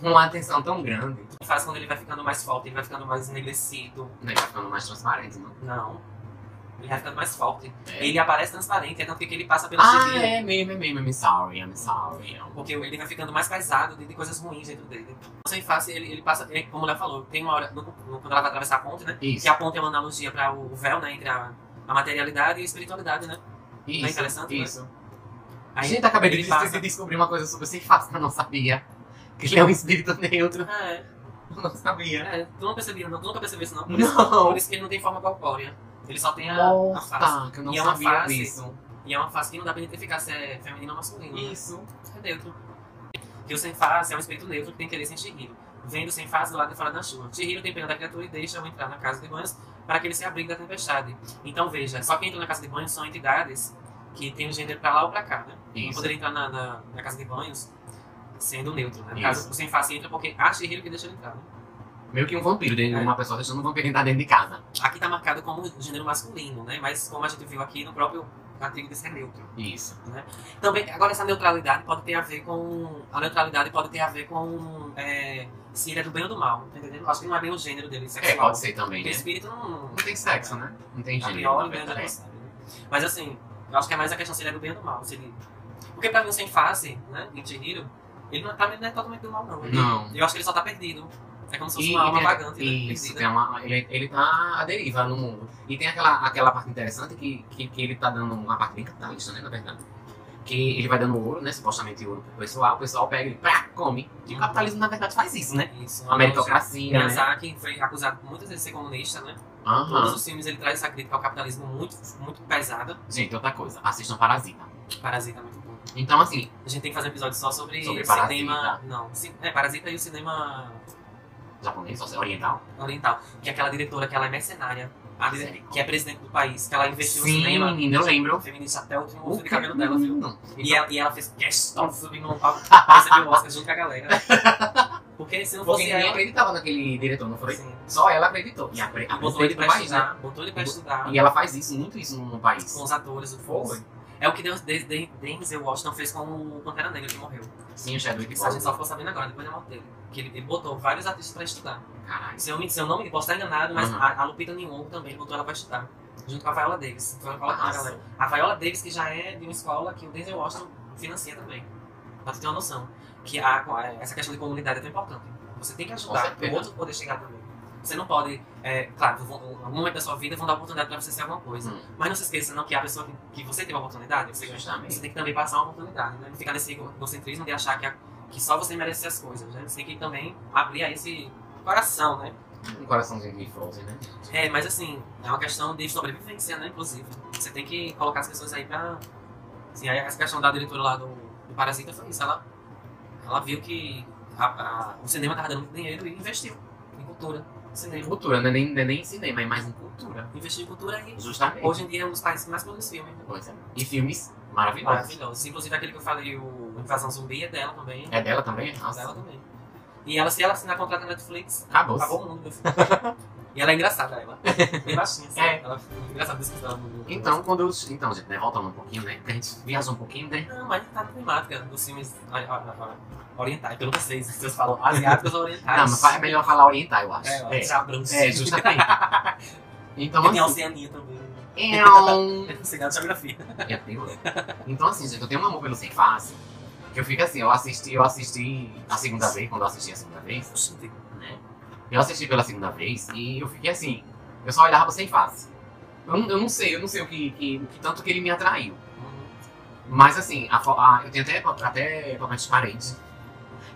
[SPEAKER 2] com uma atenção tão grande.
[SPEAKER 3] Sem face, quando ele vai ficando mais forte, ele vai ficando mais enegrecido.
[SPEAKER 2] Não, ele tá ficando mais transparente, né? não.
[SPEAKER 3] Não. Ele vai ficando mais forte.
[SPEAKER 2] É.
[SPEAKER 3] Ele aparece transparente, é tanto que ele passa pelo
[SPEAKER 2] Ah,
[SPEAKER 3] civil.
[SPEAKER 2] é mesmo, é mesmo. I'm sorry, I'm sorry.
[SPEAKER 3] Porque ele vai ficando mais pesado de, de coisas ruins dentro dele. Sem face, ele, ele passa. é, como a mulher falou, tem uma hora. no- no- quando ela vai atravessar a ponte, né? Que
[SPEAKER 2] Isso,
[SPEAKER 3] a ponte é uma analogia para o véu, né? Entre a, a materialidade e a espiritualidade, né? Não é
[SPEAKER 2] isso,
[SPEAKER 3] interessante, né?
[SPEAKER 2] isso.
[SPEAKER 3] Aí
[SPEAKER 2] gente, acabei de
[SPEAKER 3] ele
[SPEAKER 2] des- de
[SPEAKER 3] passa.
[SPEAKER 2] descobrir uma coisa sobre o sem face que eu não sabia. Que ele é um espírito neutro.
[SPEAKER 3] É,
[SPEAKER 2] Eu não sabia.
[SPEAKER 3] é, tu não percebia, não, tu nunca percebeu isso, não. Por, Isso,
[SPEAKER 2] Não!
[SPEAKER 3] por isso que ele não tem forma corpórea. Ele só tem a, a face.
[SPEAKER 2] Nossa, que eu não
[SPEAKER 3] E é uma
[SPEAKER 2] sabia
[SPEAKER 3] face.
[SPEAKER 2] disso.
[SPEAKER 3] E é uma face que não dá pra identificar se é feminino ou masculino. né?
[SPEAKER 2] Isso.
[SPEAKER 3] É neutro. E o sem face é um espírito neutro que tem que querer sem Shihiro. Vendo sem face do lado de fora da chuva. Shihiro tem pena da criatura e deixa-o entrar na casa de banhos para que ele se abrigue da tempestade. Então veja, só quem entra na casa de banhos são entidades que têm o gênero pra lá ou pra cá, né? Não
[SPEAKER 2] Isso.
[SPEAKER 3] poderia entrar na, na, na casa de banhos sendo neutro, né? No
[SPEAKER 2] Isso.
[SPEAKER 3] caso, o sem face entra porque a Shihiro que deixa ele entrar, né?
[SPEAKER 2] Meio que um vampiro, dentro,
[SPEAKER 3] É.
[SPEAKER 2] uma pessoa deixando um vampiro entrar dentro de casa.
[SPEAKER 3] Aqui tá marcado como gênero masculino, né? Mas como a gente viu aqui no próprio artigo de ser neutro.
[SPEAKER 2] Isso.
[SPEAKER 3] Também, agora essa neutralidade pode ter a ver com. A neutralidade pode ter a ver com é, se ele é do bem ou do mal, tá entendendo? Acho que não é bem o gênero dele,
[SPEAKER 2] É,
[SPEAKER 3] sexual.
[SPEAKER 2] pode ser também, né?
[SPEAKER 3] Porque espírito não.
[SPEAKER 2] Não tem sexo, né? Não tem
[SPEAKER 3] A
[SPEAKER 2] gênero, na
[SPEAKER 3] priori, né, a gente não
[SPEAKER 2] verdade.
[SPEAKER 3] sabe, né? Mas assim, eu acho que é mais a questão se ele é do bem ou do mal. Se ele... Porque pra mim, o sem face, né, em Chihiro, ele não, pra mim não é totalmente do mal, não. Ele-
[SPEAKER 2] Não.
[SPEAKER 3] Eu acho que ele só tá perdido. É como se fosse
[SPEAKER 2] E-
[SPEAKER 3] uma
[SPEAKER 2] e
[SPEAKER 3] alma
[SPEAKER 2] tem-
[SPEAKER 3] vagante, né?
[SPEAKER 2] Isso,
[SPEAKER 3] perdida.
[SPEAKER 2] tem uma, ele, ele tá à deriva no mundo. E tem aquela, aquela parte interessante que, que, que ele tá dando uma parte bem capitalista, né, na verdade. Que ele vai dando ouro, né, supostamente ouro pro pessoal, o pessoal pega ele, pá, come.
[SPEAKER 3] Uhum.
[SPEAKER 2] E o capitalismo, na verdade, faz isso, né?
[SPEAKER 3] Isso.
[SPEAKER 2] A meritocracia, né?
[SPEAKER 3] Miyazaki foi acusado muitas vezes de ser comunista, né? Todos
[SPEAKER 2] Aham.
[SPEAKER 3] os filmes ele traz essa crítica ao capitalismo muito, muito pesada.
[SPEAKER 2] Gente, outra coisa, assistam Parasita.
[SPEAKER 3] Parasita é muito bom.
[SPEAKER 2] Então, assim,
[SPEAKER 3] A gente tem que fazer um episódio só sobre,
[SPEAKER 2] Sobre
[SPEAKER 3] o
[SPEAKER 2] Parasita.
[SPEAKER 3] cinema. Não, ci- é Parasita e o cinema
[SPEAKER 2] japonês, ou seja, oriental,
[SPEAKER 3] oriental. Que é aquela diretora que ela é mercenária, a dire-
[SPEAKER 2] Misericórdia.
[SPEAKER 3] que é presidente do país, que ela investiu
[SPEAKER 2] Sim,
[SPEAKER 3] no cinema.
[SPEAKER 2] menina, eu lembro.
[SPEAKER 3] Feminista até o último
[SPEAKER 2] o Então.
[SPEAKER 3] fio de cabelo dela, viu? E
[SPEAKER 2] E
[SPEAKER 3] ela, e ela fez questão de subir num palco pra receber o Oscar junto com a galera. Porque se não
[SPEAKER 2] Porque
[SPEAKER 3] fosse
[SPEAKER 2] ninguém Ah,
[SPEAKER 3] ela.
[SPEAKER 2] acreditava naquele diretor, não foi?
[SPEAKER 3] Assim,
[SPEAKER 2] Só ela acreditou. E a,
[SPEAKER 3] e
[SPEAKER 2] a
[SPEAKER 3] botou ele
[SPEAKER 2] do
[SPEAKER 3] pra
[SPEAKER 2] país, né?
[SPEAKER 3] estudar, botou ele pra estudar
[SPEAKER 2] E ela faz isso, muito isso no país.
[SPEAKER 3] com os atores, o
[SPEAKER 2] Foi.
[SPEAKER 3] É o que Deus, de, de, Denzel Washington fez com o Pantera Negra que morreu.
[SPEAKER 2] Sim, o Chadwick
[SPEAKER 3] Isso a gente
[SPEAKER 2] Boseman.
[SPEAKER 3] só ficou sabendo agora, depois da morte dele. Que ele, ele botou vários artistas pra estudar.
[SPEAKER 2] Caralho.
[SPEAKER 3] Se eu, me- se eu não me posso estar enganado, mas
[SPEAKER 2] Uhum.
[SPEAKER 3] a, a Lupita Nyong'o também botou ela pra estudar. Junto com a Viola Davis. Então ela coloca
[SPEAKER 2] Ah,
[SPEAKER 3] na galera. A Viola Davis, que já é de uma escola que o Denzel Washington financia também. Pra tu ter uma noção. Que a- essa questão de comunidade é tão importante. Você tem que
[SPEAKER 2] Com
[SPEAKER 3] ajudar
[SPEAKER 2] certeza.
[SPEAKER 3] o outro poder chegar também. Você não pode, é, claro, vão, em algum momento da sua vida vão dar oportunidade pra você ser alguma coisa.
[SPEAKER 2] Hum.
[SPEAKER 3] Mas não se esqueça não que a pessoa que, que você teve a oportunidade, você
[SPEAKER 2] Justamente.
[SPEAKER 3] você tem que também passar uma oportunidade, né? Não ficar nesse egocentrismo de achar que, a- que só você merece as coisas, né? Você tem que também abrir aí esse coração, né?
[SPEAKER 2] Um coraçãozinho de Frozen, né?
[SPEAKER 3] É, mas assim, é uma questão de sobrevivência, né? Inclusive. Você tem que colocar as pessoas aí pra. Assim, aí essa questão da diretora lá do, do Parasita foi isso. Ela, ela viu que a- a- o cinema tava dando muito dinheiro e investiu em cultura.
[SPEAKER 2] Em
[SPEAKER 3] Cinema.
[SPEAKER 2] cultura, né? Nem, nem, nem cinema, é mais em cultura.
[SPEAKER 3] Investiu em cultura e
[SPEAKER 2] Justamente.
[SPEAKER 3] hoje em dia é um dos países que mais produz filme. né?
[SPEAKER 2] Pois é. E filmes maravilhosos.
[SPEAKER 3] Maravilhoso. Inclusive aquele que eu falei, o Invasão Zumbi é dela também.
[SPEAKER 2] É dela também? Nossa.
[SPEAKER 3] Dela também. E ela, se ela assinar contrato na Netflix,
[SPEAKER 2] Acabou.
[SPEAKER 3] acabou o mundo, meu filho. E ela é engraçada, ela. Bem baixinha, assim.
[SPEAKER 2] É.
[SPEAKER 3] Ela é engraçada discussão. ela não-
[SPEAKER 2] Então, quando eu. Então, gente, né? Voltando um pouquinho, né? Porque a gente viaja um pouquinho, né?
[SPEAKER 3] Não, mas tá na temática dos filmes ó, ó, ó, orientais. Eu não sei se vocês falam asiáticos ou orientais.
[SPEAKER 2] Não, mas é melhor falar orientar, eu acho.
[SPEAKER 3] É, ó,
[SPEAKER 2] é,
[SPEAKER 3] jabrãos.
[SPEAKER 2] é, justamente. Então,
[SPEAKER 3] E tem a
[SPEAKER 2] assim. é
[SPEAKER 3] Oceania também.
[SPEAKER 2] Eu...
[SPEAKER 3] Eu não sei nada de geografia.
[SPEAKER 2] É pílula. Então, assim, gente, eu tenho um amor pelo sem face. Que eu fico assim, eu assisti, eu assisti a segunda vez, quando eu assisti a segunda vez, né? Eu assisti pela segunda vez e eu fiquei assim, eu só olhava pro sem face. Eu, não- eu não sei, eu não sei o que, que, o que tanto que ele me atraiu. Mas assim, a, fo- a- eu tenho até, pa- até papel de parede.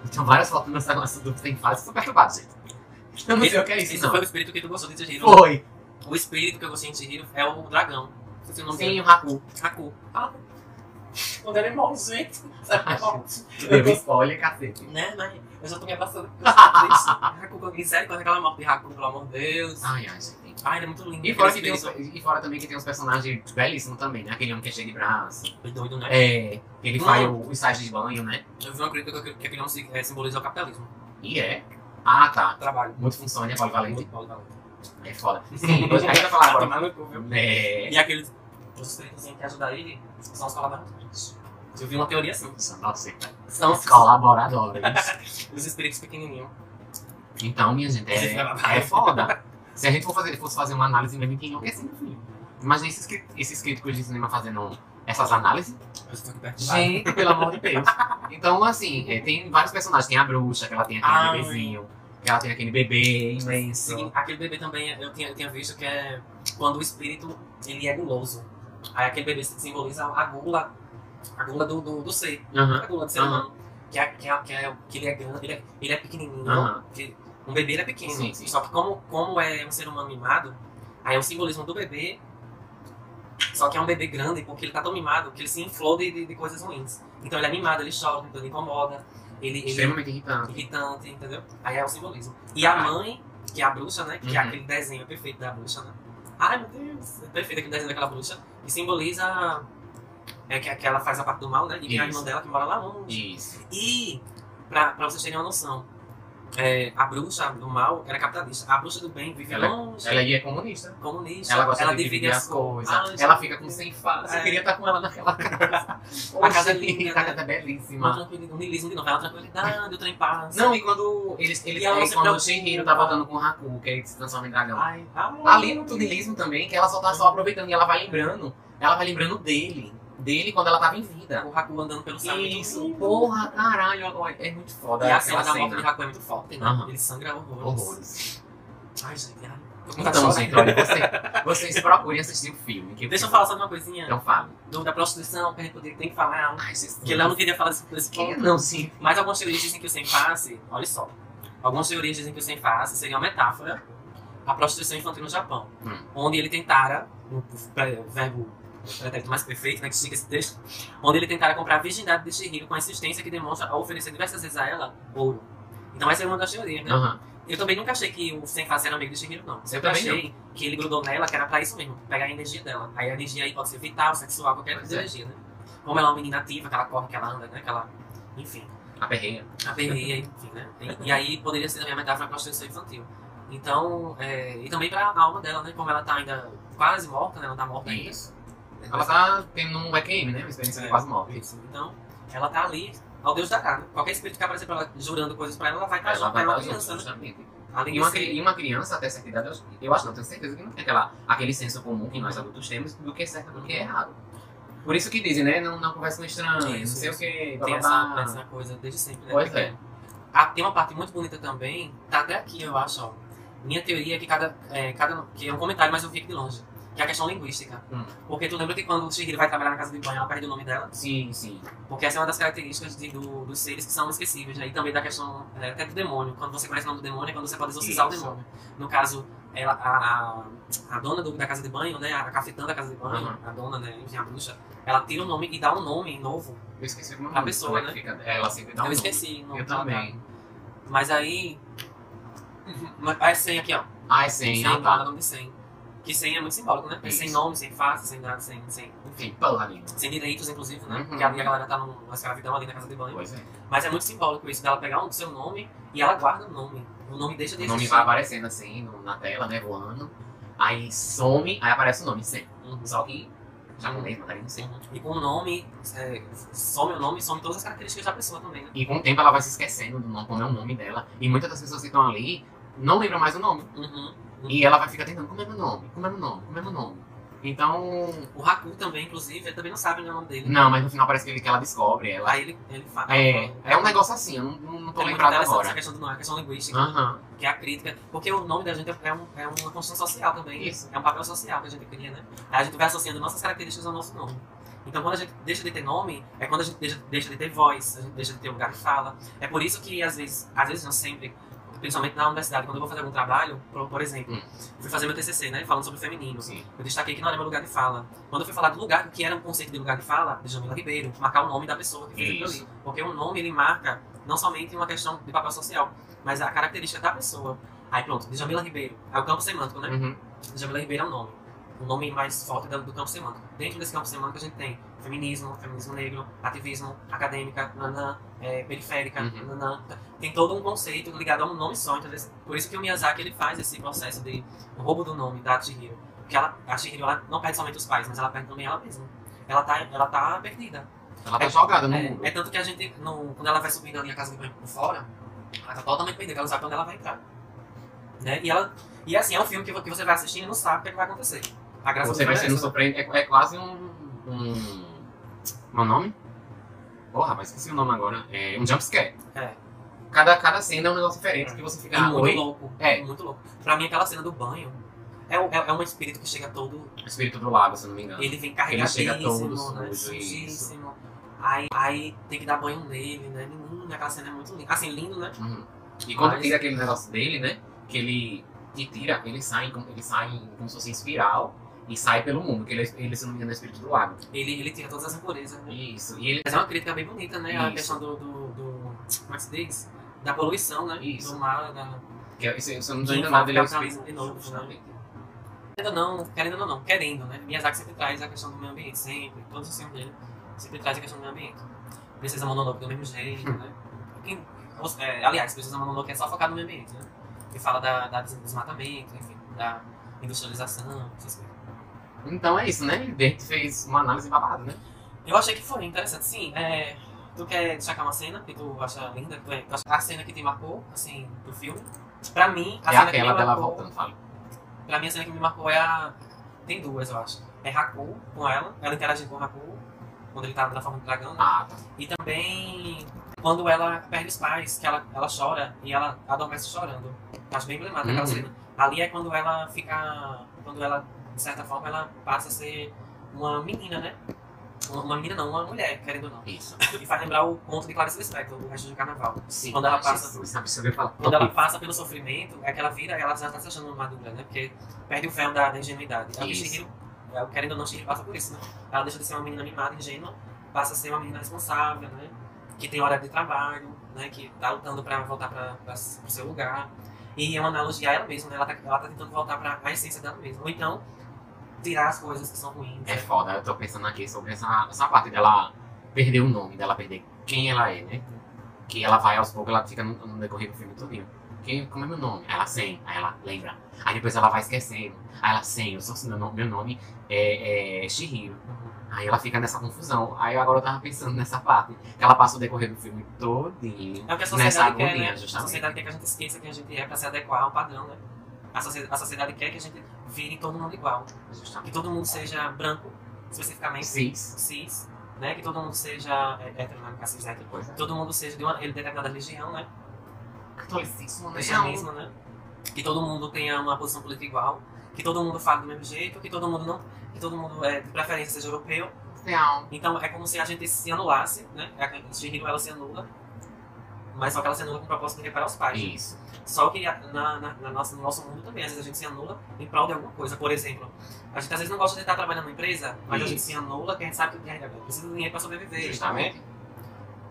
[SPEAKER 2] Então várias fotos nessa nossa do sem face, eu sou perturbado, gente. Eu não sei o que é isso,
[SPEAKER 3] Esse foi
[SPEAKER 2] não.
[SPEAKER 3] o espírito que tu gostou de Chihiro.
[SPEAKER 2] Foi.
[SPEAKER 3] O espírito que eu gostei de Chihiro é o dragão. Não sei se o nome
[SPEAKER 2] Sim,
[SPEAKER 3] dele.
[SPEAKER 2] o Raku.
[SPEAKER 3] Haku. Ah, quando ele morre, é gente.
[SPEAKER 2] Deu spoiler, cacete.
[SPEAKER 3] Né, né? Eu já tô me abraçando. porque eu sou triste. tipo Haku, quando- em sério, quando aquela morte de Haku, pelo amor de Deus.
[SPEAKER 2] Ai, ai, gente.
[SPEAKER 3] Ai, ele é muito lindo.
[SPEAKER 2] E fora, que
[SPEAKER 3] aquele
[SPEAKER 2] tem uns,
[SPEAKER 3] espírito.
[SPEAKER 2] e fora também que tem uns personagens belíssimos também, né? Aquele homem que é cheio de braço.
[SPEAKER 3] Doido, né?
[SPEAKER 2] É, ele faz o, o estágio de banho, né?
[SPEAKER 3] Eu vi uma crítica que, que aquele homem se- é, simboliza o capitalismo.
[SPEAKER 2] E é. Ah, tá.
[SPEAKER 3] Trabalho.
[SPEAKER 2] Multifunção, né? Polivalente.
[SPEAKER 3] Muito polivalente.
[SPEAKER 2] É foda. Sim, a gente vai falar agora.
[SPEAKER 3] Tomar no cu, viu?
[SPEAKER 2] É.
[SPEAKER 3] E aqueles. Os espíritos que ajudar ele são os colaboradores. Eu vi uma teoria assim.
[SPEAKER 2] Nossa,
[SPEAKER 3] São os,
[SPEAKER 2] colaboradores.
[SPEAKER 3] os espíritos pequenininhos.
[SPEAKER 2] Então, minha gente, é, é foda. Se a gente for fazer, fosse fazer uma análise né, mesmo, quem não quer ser, meu filho. Imagina esses, cri- esses críticos de cinema fazendo essas análises.
[SPEAKER 3] Eu estou aqui perto de lá.
[SPEAKER 2] Gente, pelo amor de Deus. Então, assim, é, tem vários personagens. Tem a bruxa, que ela tem aquele
[SPEAKER 3] Ai.
[SPEAKER 2] bebezinho. Que ela tem aquele bebê imenso.
[SPEAKER 3] Sim, aquele bebê também, eu tinha, eu tinha visto que é quando o espírito ele é guloso. Aí aquele bebê se simboliza a gula, a gula do, do, do ser,
[SPEAKER 2] Aham.
[SPEAKER 3] a gula do ser
[SPEAKER 2] Aham.
[SPEAKER 3] humano. Que, é, que, é, que, é, que ele é grande, ele é, ele é pequenininho.
[SPEAKER 2] Aham.
[SPEAKER 3] que um bebê ele é pequeno.
[SPEAKER 2] Sim, sim.
[SPEAKER 3] Só que como, como é um ser humano mimado, aí é um simbolismo do bebê. Só que é um bebê grande porque ele tá tão mimado que ele se inflou de, de, de coisas ruins. Então ele é mimado, ele chora, então ele incomoda. Ele, ele-
[SPEAKER 2] Extremamente irritante.
[SPEAKER 3] irritante, Então, entendeu? Aí é o simbolismo. E a mãe, que é a bruxa, né? Que é
[SPEAKER 2] Ah. Uhum.
[SPEAKER 3] aquele desenho perfeito da bruxa, né? Ai, meu Deus! É perfeito aquele desenho daquela bruxa. E simboliza... É que, que ela faz a parte do mal, né? E tem a
[SPEAKER 2] Isso.
[SPEAKER 3] irmã dela que mora lá longe.
[SPEAKER 2] Isso.
[SPEAKER 3] E, pra, pra vocês terem uma noção, é, a bruxa do mal era capitalista. A bruxa do bem vive
[SPEAKER 2] Ela-
[SPEAKER 3] longe, um
[SPEAKER 2] Ela aí é comunista.
[SPEAKER 3] comunista.
[SPEAKER 2] Ela gosta de dividir as coisas.
[SPEAKER 3] Ah,
[SPEAKER 2] ela
[SPEAKER 3] gente,
[SPEAKER 2] fica com sem face.
[SPEAKER 3] É.
[SPEAKER 2] Eu queria estar com ela naquela casa.
[SPEAKER 3] A
[SPEAKER 2] a
[SPEAKER 3] casa
[SPEAKER 2] casa
[SPEAKER 3] é linda,
[SPEAKER 2] a
[SPEAKER 3] né?
[SPEAKER 2] casa é
[SPEAKER 3] Uma
[SPEAKER 2] belíssima.
[SPEAKER 3] tranquilidade, um nilismo de novo. É uma tranquilidade, o trem passa.
[SPEAKER 2] Não, e quando eles, ele,
[SPEAKER 3] E ela um
[SPEAKER 2] é,
[SPEAKER 3] se
[SPEAKER 2] quando o
[SPEAKER 3] preocupa.
[SPEAKER 2] Shinhiro tá voltando com o Haku, que ele se transforma em dragão.
[SPEAKER 3] Ai, ai.
[SPEAKER 2] Ali no tunelismo também, que ela só tá
[SPEAKER 3] Uhum.
[SPEAKER 2] só aproveitando e ela vai lembrando. Ela vai lembrando dele. Dele quando ela tava em vida.
[SPEAKER 3] O Haku andando pelo caminho.
[SPEAKER 2] Isso, Então, porra, caralho, olha, é muito foda.
[SPEAKER 3] E a
[SPEAKER 2] aquela
[SPEAKER 3] cena da moto do Haku é muito forte, né?
[SPEAKER 2] Aham.
[SPEAKER 3] Ele sangra horrores.
[SPEAKER 2] Horrores.
[SPEAKER 3] Ai, gente, ai. Tô com vontade de
[SPEAKER 2] Então,
[SPEAKER 3] chorar.
[SPEAKER 2] gente, olha, você- vocês procurem assistir o filme. Que
[SPEAKER 3] né? Deixa eu falar só de uma coisinha
[SPEAKER 2] Então fale.
[SPEAKER 3] do, da prostituição, que a gente poderia ter que é falar.
[SPEAKER 2] Ai, Jesus.
[SPEAKER 3] Porque lá não queria falar desse, desse
[SPEAKER 2] Quem
[SPEAKER 3] ponto.
[SPEAKER 2] não, sim.
[SPEAKER 3] Mas algumas teorias dizem que o sem face, olha só. Algumas teorias dizem que o sem face seria uma metáfora à prostituição infantil no Japão.
[SPEAKER 2] Hum.
[SPEAKER 3] Onde ele tentara, o pre- o verbo pretérito mais perfeito, né, que estica esse texto, onde ele tentara comprar a virgindade de Shihiro com a insistência que demonstra ao oferecer diversas vezes a ela ouro. Então essa é uma das teorias, né?
[SPEAKER 2] Aham.
[SPEAKER 3] Eu também nunca achei que o Sem Face era amigo de Shihiro, não.
[SPEAKER 2] também
[SPEAKER 3] achei que ele grudou nela, que era pra isso mesmo, pegar a energia dela. Aí a energia aí pode ser vital, sexual, qualquer
[SPEAKER 2] Pois
[SPEAKER 3] coisa de
[SPEAKER 2] é.
[SPEAKER 3] energia, né? Como ela é uma menina ativa, que ela corre, que ela anda, né? Que ela. Enfim,
[SPEAKER 2] A perreia.
[SPEAKER 3] a perreia, enfim, né? E, e aí poderia ser também a metáfora pra prostituição infantil. Então, é, e também pra alma dela, né? Como ela tá ainda quase morta, né? Ela tá morta ainda.
[SPEAKER 2] Isso. Ela tá tendo um EQM, né? Uma experiência
[SPEAKER 3] É.
[SPEAKER 2] de quase morte.
[SPEAKER 3] Isso. Então, ela tá ali ao Deus da cara. né? Qualquer espírito que aparecer pra ela, jurando coisas pra ela, ela vai estar
[SPEAKER 2] Ela
[SPEAKER 3] junto,
[SPEAKER 2] vai
[SPEAKER 3] ela é
[SPEAKER 2] dar
[SPEAKER 3] uma
[SPEAKER 2] junto,
[SPEAKER 3] criança, né?
[SPEAKER 2] justamente. E
[SPEAKER 3] Além de
[SPEAKER 2] uma,
[SPEAKER 3] ser-
[SPEAKER 2] cri- e uma criança até certa idade, eu- eu acho, não tenho certeza que não tem aquela, aquele senso comum que nós adultos temos do que é certo e do que é errado. Por isso que dizem, né? Não, não conversa com estranho, não
[SPEAKER 3] Isso,
[SPEAKER 2] sei
[SPEAKER 3] isso.
[SPEAKER 2] o que, blá blá
[SPEAKER 3] tem essa,
[SPEAKER 2] blá.
[SPEAKER 3] essa coisa desde sempre, né?
[SPEAKER 2] Pois
[SPEAKER 3] Porque
[SPEAKER 2] é.
[SPEAKER 3] a- tem uma parte muito bonita também, tá até aqui, eu acho, ó. Minha teoria é que cada. é, cada que é um comentário, mas eu fico de longe. Que é a questão linguística.
[SPEAKER 2] Hum.
[SPEAKER 3] Porque tu lembra que quando o Shihiro vai trabalhar na casa de banho, ela perde o nome dela?
[SPEAKER 2] Sim, sim.
[SPEAKER 3] Porque essa é uma das características de- do- dos seres que são esquecíveis, né? E também da questão é, até do demônio. Quando você conhece o nome do demônio, é quando você é. pode exorcizar o
[SPEAKER 2] Isso.
[SPEAKER 3] demônio. No caso, ela, a, a, a dona do- da casa de banho, né? A cafetã da casa de banho,
[SPEAKER 2] Uhum.
[SPEAKER 3] a dona, né? Enfim, a bruxa. Ela tira o nome e dá um nome novo.
[SPEAKER 2] Eu esqueci como é o
[SPEAKER 3] A
[SPEAKER 2] nome, como
[SPEAKER 3] pessoa,
[SPEAKER 2] é que
[SPEAKER 3] né?
[SPEAKER 2] fica. Ela sempre dá um
[SPEAKER 3] eu
[SPEAKER 2] nome.
[SPEAKER 3] esqueci. o nome tá?
[SPEAKER 2] Eu
[SPEAKER 3] dela.
[SPEAKER 2] também.
[SPEAKER 3] Mas aí. Mas- Ah, é 100 aqui, ó.
[SPEAKER 2] Ai,
[SPEAKER 3] Sem
[SPEAKER 2] sim, ah,
[SPEAKER 3] nada,
[SPEAKER 2] tá.
[SPEAKER 3] nome de 100. Que 100 é muito simbólico, né? É Sem
[SPEAKER 2] Isso.
[SPEAKER 3] nome, sem face, sem nada, sem, sem,
[SPEAKER 2] Enfim, porra linda.
[SPEAKER 3] sem direitos, inclusive, né?
[SPEAKER 2] Uhum.
[SPEAKER 3] Porque ali a galera tá numa escravidão ali na casa de banho.
[SPEAKER 2] Pois é.
[SPEAKER 3] um Mas é muito simbólico isso dela pegar o seu nome e ela guarda o nome. o nome deixa de
[SPEAKER 2] O nome
[SPEAKER 3] existir.
[SPEAKER 2] vai aparecendo assim no- na tela, né? Voando. Aí some, aí aparece o nome sempre.
[SPEAKER 3] Uhum.
[SPEAKER 2] Só que japonês, mandarim, não sei.
[SPEAKER 3] Uhum. E com o nome, é, some o nome, some todas as características da pessoa também, né?
[SPEAKER 2] E com o tempo ela vai se esquecendo do nome, como é o nome dela. E muitas das pessoas que estão ali não lembram mais o nome.
[SPEAKER 3] Uhum.
[SPEAKER 2] E ela vai ficar tentando, como é meu nome? Como é meu nome? Como é meu nome? Então.
[SPEAKER 3] O Haku também, inclusive, ele também não sabe né, o nome dele.
[SPEAKER 2] Não, mas no final parece que, ele, que ela descobre. Ela.
[SPEAKER 3] Aí ele, ele fala.
[SPEAKER 2] É, é um negócio assim, eu não, não- não tô
[SPEAKER 3] É muito
[SPEAKER 2] lembrado
[SPEAKER 3] interessante Essa
[SPEAKER 2] agora.
[SPEAKER 3] questão do nome, a questão linguística,
[SPEAKER 2] Aham.
[SPEAKER 3] que é a crítica. Porque o nome da gente é, um- é uma construção social também.
[SPEAKER 2] Isso.
[SPEAKER 3] É um papel social que a gente cria, né? Aí a gente vai associando nossas características ao nosso nome. Então, quando a gente deixa de ter nome, é quando a gente deixa, deixa de ter voz, a gente deixa de ter lugar de fala. É por isso que, às vezes, às vezes não sempre, principalmente na universidade, quando eu vou fazer algum trabalho, por, por exemplo,
[SPEAKER 2] Hum.
[SPEAKER 3] fui fazer meu TCC, né? Falando sobre feminino.
[SPEAKER 2] Sim.
[SPEAKER 3] Eu destaquei que não era meu lugar de fala. Quando eu fui falar do lugar, o que era um conceito de lugar de fala, de Jamila Ribeiro, marcar o nome da pessoa que fez aquilo
[SPEAKER 2] Isso.
[SPEAKER 3] ali. Porque o nome, ele marca não somente uma questão de papel social, mas a característica da pessoa. Aí pronto, Djamila Ribeiro. É o campo semântico, né?
[SPEAKER 2] Uhum.
[SPEAKER 3] Djamila Ribeiro é o nome. O nome mais forte do, do campo semântico. Dentro desse campo semântico a gente tem feminismo, feminismo negro, ativismo, acadêmica, nanã, é, periférica,
[SPEAKER 2] Uhum.
[SPEAKER 3] nanã. Tem todo um conceito ligado a um nome só. Então, esse- por isso que o Miyazaki ele faz esse processo de um roubo do nome da Chihiro. Porque ela, a Chihiro ela não perde somente os pais, mas ela perde também ela mesma. Ela tá, ela tá perdida.
[SPEAKER 2] Ela tá
[SPEAKER 3] É-
[SPEAKER 2] jogada no mundo.
[SPEAKER 3] É, é tanto que a gente, no- quando ela vai subindo ali a casa de banho por fora, ela tá totalmente perdida, ela não sabe quando ela vai entrar. Né? E, ela, e assim, é um filme que, vo- que você vai assistindo e não sabe o que, é que vai acontecer. A graça
[SPEAKER 2] Você
[SPEAKER 3] do
[SPEAKER 2] vai
[SPEAKER 3] filme é
[SPEAKER 2] sendo
[SPEAKER 3] essa.
[SPEAKER 2] surpreendido. É, é quase um. um. Meu nome? Porra, mas esqueci o nome agora. É um jumpscare.
[SPEAKER 3] É.
[SPEAKER 2] Cada, cada cena é um negócio diferente que você
[SPEAKER 3] E
[SPEAKER 2] fica. Ah,
[SPEAKER 3] muito
[SPEAKER 2] oi?
[SPEAKER 3] louco.
[SPEAKER 2] É.
[SPEAKER 3] Muito louco. Pra mim, aquela cena do banho é, um- é, é um espírito que chega todo.
[SPEAKER 2] O Espírito do Lago, se eu não me engano.
[SPEAKER 3] Ele vem
[SPEAKER 2] Ele chega
[SPEAKER 3] carregadíssimo,
[SPEAKER 2] todo
[SPEAKER 3] né?
[SPEAKER 2] sujo, isso.
[SPEAKER 3] Sujíssimo. Aí, aí tem que dar banho nele, né? Menino, aquela cena é muito linda. Assim, lindo, né?
[SPEAKER 2] Uhum. E quando
[SPEAKER 3] Mas-
[SPEAKER 2] tira aquele negócio dele, né? Que ele te tira, ele sai, como- ele sai como se fosse em espiral e sai pelo mundo, que ele, ele se não me engano, é o Espírito do Lago.
[SPEAKER 3] Ele, ele tira todas as impurezas, né?
[SPEAKER 2] Isso. E ele.
[SPEAKER 3] Mas é uma crítica bem bonita, né? A
[SPEAKER 2] Isso.
[SPEAKER 3] questão do, do, do- Como é que se diz? Da poluição, né?
[SPEAKER 2] Isso.
[SPEAKER 3] Do mar, da.
[SPEAKER 2] Que, é- se, se eu não
[SPEAKER 3] Que
[SPEAKER 2] estou enganado,
[SPEAKER 3] envolve
[SPEAKER 2] ele é o
[SPEAKER 3] capitalismo
[SPEAKER 2] Espírito
[SPEAKER 3] de novo, né?
[SPEAKER 2] Justamente.
[SPEAKER 3] Querendo ou não, querendo ou não, querendo, né? Miyazaki sempre traz a questão do meio ambiente, sempre. Todos os filmes dele sempre traz a questão do meio ambiente. Princesa Mononoke do mesmo jeito,
[SPEAKER 2] Hum.
[SPEAKER 3] né? Quem- os- é, aliás, Princesa Mononoke é só focado no meio ambiente, né? Que fala da, da des- desmatamento, enfim, da industrialização, essas coisas.
[SPEAKER 2] Então é isso, né? Dente fez uma análise babada, né?
[SPEAKER 3] Eu achei que foi interessante, sim. É, tu quer destacar uma cena que tu acha linda? que tu- que tu acha- A cena que te marcou, assim, do filme? Pra mim, a
[SPEAKER 2] é
[SPEAKER 3] cena
[SPEAKER 2] aquela
[SPEAKER 3] que me
[SPEAKER 2] dela
[SPEAKER 3] marcou...
[SPEAKER 2] voltando, fala.
[SPEAKER 3] Pra mim, a cena que me marcou é a... Tem duas, eu acho. É Haku com ela, ela interagindo com o Haku, quando ele tá na forma do dragão, né?
[SPEAKER 2] Ah, tá.
[SPEAKER 3] E também quando ela perde os pais, que ela, ela chora e ela adormece chorando. Eu acho bem emblemática aquela
[SPEAKER 2] Uhum.
[SPEAKER 3] cena. Ali é quando ela fica. Quando ela, de certa forma, ela passa a ser uma menina, né? Uma, uma menina não, uma mulher, querendo ou não.
[SPEAKER 2] Isso.
[SPEAKER 3] E faz lembrar o conto de Clarice Lispector, o resto de carnaval.
[SPEAKER 2] Sim.
[SPEAKER 3] Quando ela passa-
[SPEAKER 2] Jesus, sabe sobre falar.
[SPEAKER 3] Quando ela passa pelo sofrimento, é que ela vira, ela já tá se achando madura, né? Porque perde o véu da, da ingenuidade. É o que
[SPEAKER 2] Isso.
[SPEAKER 3] Shihiro, é, o querendo ou não, Shihiro passa por isso, né? Ela deixa de ser uma menina mimada, ingênua, passa a ser uma menina responsável, né? Que tem hora de trabalho, né? Que tá lutando pra voltar pra, pra, pro seu lugar. E é uma analogia a ela mesma, né? Ela tá, ela tá tentando voltar pra a essência dela mesma. Ou então, tirar as coisas que são ruins.
[SPEAKER 2] É
[SPEAKER 3] né?
[SPEAKER 2] foda, eu tô pensando aqui sobre essa, essa parte dela perder o nome, dela perder quem ela é, né? Que ela vai aos poucos, ela fica no, no decorrer do filme todinho. Quem, como é meu nome? Aí ela sem, aí ela lembra. Aí depois ela vai esquecendo. Aí ela sem, eu sou assim, meu nome, meu nome é, é Shihiro. Aí ela fica nessa confusão. Aí agora eu tava pensando nessa parte. Que ela passa o decorrer do filme todinho.
[SPEAKER 3] É o que
[SPEAKER 2] nessa
[SPEAKER 3] a sociedade quer,
[SPEAKER 2] agonia,
[SPEAKER 3] né? A
[SPEAKER 2] justamente.
[SPEAKER 3] sociedade quer que a gente esqueça quem a gente é pra se adequar ao padrão, né? A socie- a sociedade, quer que a gente vire todo mundo igual. Que
[SPEAKER 2] Justamente.
[SPEAKER 3] todo mundo seja branco, especificamente
[SPEAKER 2] Cis.
[SPEAKER 3] cis, né? Que todo mundo seja é, hétero, né? Cis, hétero.
[SPEAKER 2] Coisa.
[SPEAKER 3] Que todo mundo seja de uma de determinada religião, né?
[SPEAKER 2] Catolicismo, né?
[SPEAKER 3] Cristianismo, né? Que todo mundo tenha uma posição política igual. Que todo mundo fale do mesmo jeito. Que todo mundo não... Que todo mundo, é, de preferência, seja europeu.
[SPEAKER 2] Real.
[SPEAKER 3] Então é como se a gente se anulasse, né? A Shihiro ela se anula, mas só que ela se anula com o propósito de reparar os pais.
[SPEAKER 2] Isso.
[SPEAKER 3] Só que a- na, na, na nossa, no nosso mundo também, às vezes a gente se anula em prol de alguma coisa. Por exemplo, a gente às vezes não gosta de estar trabalhando numa empresa, mas a gente
[SPEAKER 2] Isso.
[SPEAKER 3] se anula porque a gente sabe que a gente precisa de dinheiro pra sobreviver.
[SPEAKER 2] Justamente.
[SPEAKER 3] né?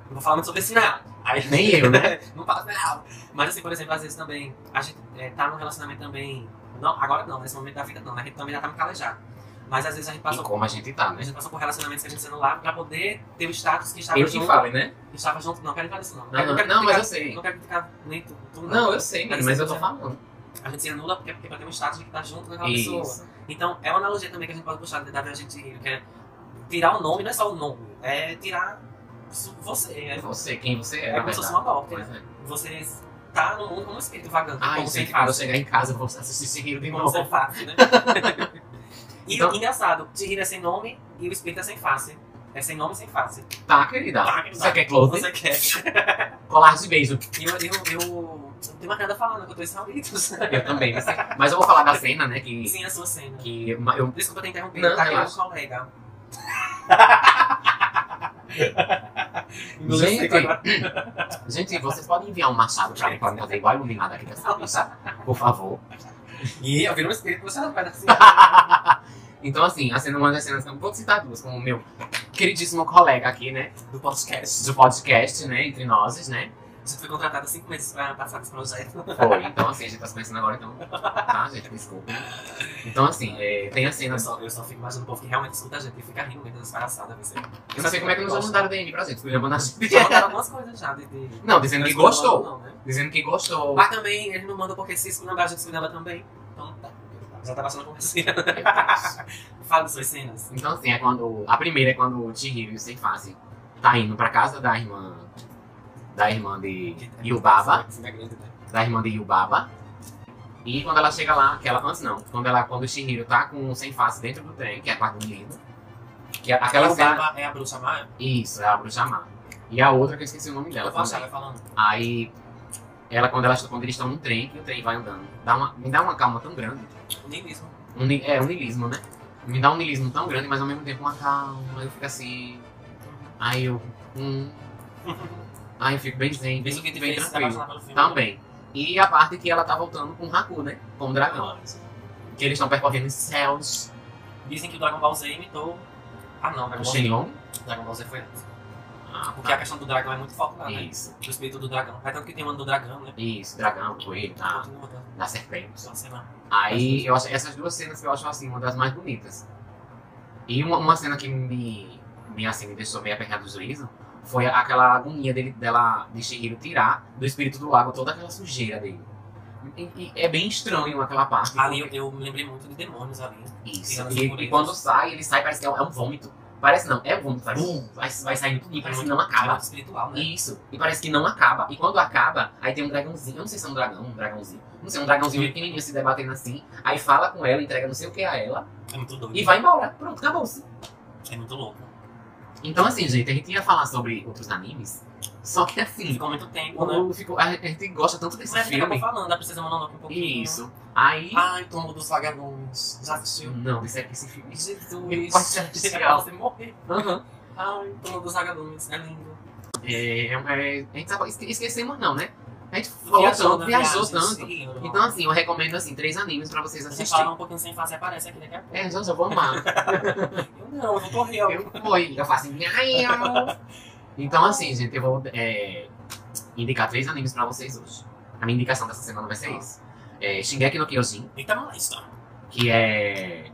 [SPEAKER 3] Não vou falar muito sobre isso, não. Aí-
[SPEAKER 2] Nem eu, né?
[SPEAKER 3] não fala não. Mas assim, por exemplo, às vezes também, a gente é, tá num relacionamento também. Não, agora não, nesse momento da vida não, mas a gente também já tá muito calejado. Mas às vezes a gente
[SPEAKER 2] E
[SPEAKER 3] passa,
[SPEAKER 2] como a gente tá,
[SPEAKER 3] a
[SPEAKER 2] né?
[SPEAKER 3] gente passa por relacionamentos que a gente sendo lá pra poder ter o status que estava
[SPEAKER 4] Eu que
[SPEAKER 3] junto.
[SPEAKER 4] falo, né?
[SPEAKER 3] que estava junto. Não, quero entrar nisso não. Não,
[SPEAKER 4] Aham.
[SPEAKER 3] não, quero
[SPEAKER 2] Não, mas assim, eu sei.
[SPEAKER 3] criticar- Não quero criticar nem tu, tu não.
[SPEAKER 4] Não, eu sei,
[SPEAKER 3] Mas
[SPEAKER 4] mas eu
[SPEAKER 3] você
[SPEAKER 4] tô
[SPEAKER 3] já-
[SPEAKER 4] falando.
[SPEAKER 3] A gente se anula porque, porque pra ter um status de que tá junto com aquela pessoa.
[SPEAKER 2] Isso.
[SPEAKER 3] Então, é uma analogia também que a gente pode puxar da gente Rio, que é tirar o nome, não é só o nome, é tirar su- você. É,
[SPEAKER 2] É você, quem você é,
[SPEAKER 3] é
[SPEAKER 2] na
[SPEAKER 3] como se fosse
[SPEAKER 2] verdade.
[SPEAKER 3] uma morte.
[SPEAKER 2] Pois é.
[SPEAKER 3] Você tá no mundo como um espírito vagando,
[SPEAKER 2] Ai,
[SPEAKER 3] como sem
[SPEAKER 2] gente, quando eu
[SPEAKER 3] face.
[SPEAKER 2] chegar em casa, eu vou assistir Shihiro de
[SPEAKER 3] Como
[SPEAKER 2] novo.
[SPEAKER 3] sem face, né? e
[SPEAKER 2] Então-
[SPEAKER 3] engraçado, Chihiro é sem nome e o espírito é sem face. É sem nome e sem face.
[SPEAKER 2] Tá, querida.
[SPEAKER 3] Tá, querida.
[SPEAKER 2] Você quer close?
[SPEAKER 3] Você quer.
[SPEAKER 2] Colar de beijo.
[SPEAKER 3] E eu, eu, eu, eu tenho uma cara falando que né? eu tô em Saulitos.
[SPEAKER 2] tá Eu também, não sei. Mas eu vou falar da cena, né? Que,
[SPEAKER 3] Sim, assim, a sua cena.
[SPEAKER 2] que eu, eu-
[SPEAKER 3] Desculpa ter interrompido,
[SPEAKER 4] Não,
[SPEAKER 3] tá? Eu um
[SPEAKER 4] relaxa.
[SPEAKER 3] colega.
[SPEAKER 2] Gente, gente, vocês podem enviar um machado pra mim, pra me fazer igual a iluminada aqui dessa bicha, por favor.
[SPEAKER 3] tá E eu viro um espírito, você não faz assim.
[SPEAKER 2] Então, assim, a cena, uma das cenas, vou citar duas, como o meu queridíssimo colega aqui, né?
[SPEAKER 3] Do podcast.
[SPEAKER 2] Do podcast, né? Entre nós, né?
[SPEAKER 3] Você foi contratada cinco meses pra passar desse projeto.
[SPEAKER 2] Foi. Então, assim, a gente tá se conhecendo agora, então. Tá, gente, desculpa. Então, assim, é, tem a cena
[SPEAKER 3] Eu só, eu só fico imaginando o povo que realmente escuta a gente e fica rindo assim. dentro das palhaçadas. Você.
[SPEAKER 2] Eu não sei como é que eles vão mandar o DM pra gente, porque já mandaram
[SPEAKER 3] Já mandaram algumas coisas já. De, de...
[SPEAKER 2] Não, dizendo que
[SPEAKER 3] Mas
[SPEAKER 2] gostou.
[SPEAKER 3] Não, né?
[SPEAKER 2] Dizendo que gostou.
[SPEAKER 3] Mas também, ele não manda porque se esculhambar, a gente esculhamba também. Então, tá. Já tá passando a conversinha. Fala das suas cenas.
[SPEAKER 2] Então, assim, é quando. A primeira é quando o Chihiro e o Seifase tá indo pra casa da irmã. Da irmã de Yubaba.
[SPEAKER 3] Sim, é grande, né?
[SPEAKER 2] Da irmã de Yubaba. E quando ela chega lá, que ela. Antes não. Quando, ela, quando o Chihiro tá com o Seifase dentro do trem, que é a parte do livro. Que é aquela
[SPEAKER 3] E o
[SPEAKER 2] cena.
[SPEAKER 3] Barba é a bruxa má?
[SPEAKER 2] Isso, é a bruxa má. E a outra que eu esqueci o nome dela.
[SPEAKER 3] Eu vou achar,
[SPEAKER 2] também.
[SPEAKER 3] vai falando.
[SPEAKER 2] Aí. Ela, quando, ela, quando eles estão no trem, que o trem vai andando, dá uma, me dá uma calma tão grande.
[SPEAKER 3] Nem mesmo.
[SPEAKER 2] Um ni- é, um nilismo, né? Me dá um nilismo tão grande, mas ao mesmo tempo uma calma. Eu fico assim. Aí eu. Hum. Aí eu fico bem zen, bem,
[SPEAKER 3] Mesmo que
[SPEAKER 2] bem
[SPEAKER 3] tiver se
[SPEAKER 2] tranquilo.
[SPEAKER 3] apaixonar pelo filme.
[SPEAKER 2] Também. E a parte que ela tá voltando com o Haku, né? Com o dragão. Que eles estão percorrendo os céus.
[SPEAKER 3] Dizem que o Dragon Ball Z imitou. Ah, não, Dragon
[SPEAKER 2] O
[SPEAKER 3] Ball Z.
[SPEAKER 2] Shenlong.
[SPEAKER 3] Dragon Ball Z foi antes.
[SPEAKER 2] Ah,
[SPEAKER 3] Porque a questão do dragão é muito forte lá, né?
[SPEAKER 2] Isso.
[SPEAKER 3] Do espírito do dragão. É tanto que tem o ano do dragão, né?
[SPEAKER 2] Isso, dragão, coelho, da,
[SPEAKER 3] Continua, tá?
[SPEAKER 2] da serpente.
[SPEAKER 3] Só sei lá.
[SPEAKER 2] Aí eu acho essas duas cenas que eu acho assim, uma das mais bonitas. E uma, uma cena que me, me, assim, me deixou meio apertado do juízo foi aquela agonia dele, dela, de Shihiro tirar do espírito do lago toda aquela sujeira dele. E, e é bem estranho aquela parte.
[SPEAKER 3] Ali eu, eu me lembrei muito de demônios ali.
[SPEAKER 2] Isso.
[SPEAKER 3] Tirando as
[SPEAKER 2] E, e
[SPEAKER 3] impurezas.
[SPEAKER 2] quando sai, ele sai, parece que é um, é um vômito. Parece não, é um vômito. Parece, bum, vai, vai saindo tudo, parece que não
[SPEAKER 3] É
[SPEAKER 2] acaba.
[SPEAKER 3] muito espiritual, né?
[SPEAKER 2] Isso. Ah. E parece que não acaba. E quando acaba, aí tem um dragãozinho. Eu não sei se é um dragão, um dragãozinho. Não sei, um dragãozinho pequenininho se debatendo assim. Aí fala com ela, entrega não sei o que a ela.
[SPEAKER 3] É muito doido.
[SPEAKER 2] E vai embora. Pronto, acabou-se.
[SPEAKER 3] É muito louco.
[SPEAKER 2] Então, assim, gente, a gente ia falar sobre outros animes. Só que, assim,
[SPEAKER 3] Ficou muito tempo, né?
[SPEAKER 2] eu fico, a gente gosta tanto desse
[SPEAKER 3] Mas Ah. a gente acabou
[SPEAKER 2] filme.
[SPEAKER 3] falando, a princesa Mononoke um pouquinho.
[SPEAKER 2] Isso. Aí.
[SPEAKER 3] Ai, Tombo dos Vagabundos. Já assistiu?
[SPEAKER 2] Não, esse aqui, esse filme.
[SPEAKER 3] Jesus.
[SPEAKER 2] Quase artificial.
[SPEAKER 3] Você morrer.
[SPEAKER 2] Aham.
[SPEAKER 3] Ai, Tombo dos Vagabundos. É lindo.
[SPEAKER 2] É, é, a gente tava, esque- esquecemos, não, né? A gente falou
[SPEAKER 3] Viajou
[SPEAKER 2] tanto,
[SPEAKER 3] na
[SPEAKER 2] viajou
[SPEAKER 3] viagem,
[SPEAKER 2] tanto.
[SPEAKER 3] sim, eu-
[SPEAKER 2] Então, assim, eu recomendo assim, três animes pra vocês
[SPEAKER 3] Você
[SPEAKER 2] assistirem.
[SPEAKER 3] fala um pouquinho sem face aparece aqui daqui a pouco.
[SPEAKER 2] É, gente, eu vou amar.
[SPEAKER 3] Eu não, eu vou correr. ó.
[SPEAKER 2] Eu fui, eu faço assim. "Miau". Então, assim, gente, eu vou é, indicar três animes pra vocês hoje. A minha indicação dessa semana vai ser isso. É Shingeki no Kyojin,
[SPEAKER 3] Então vamos lá, história.
[SPEAKER 2] que é.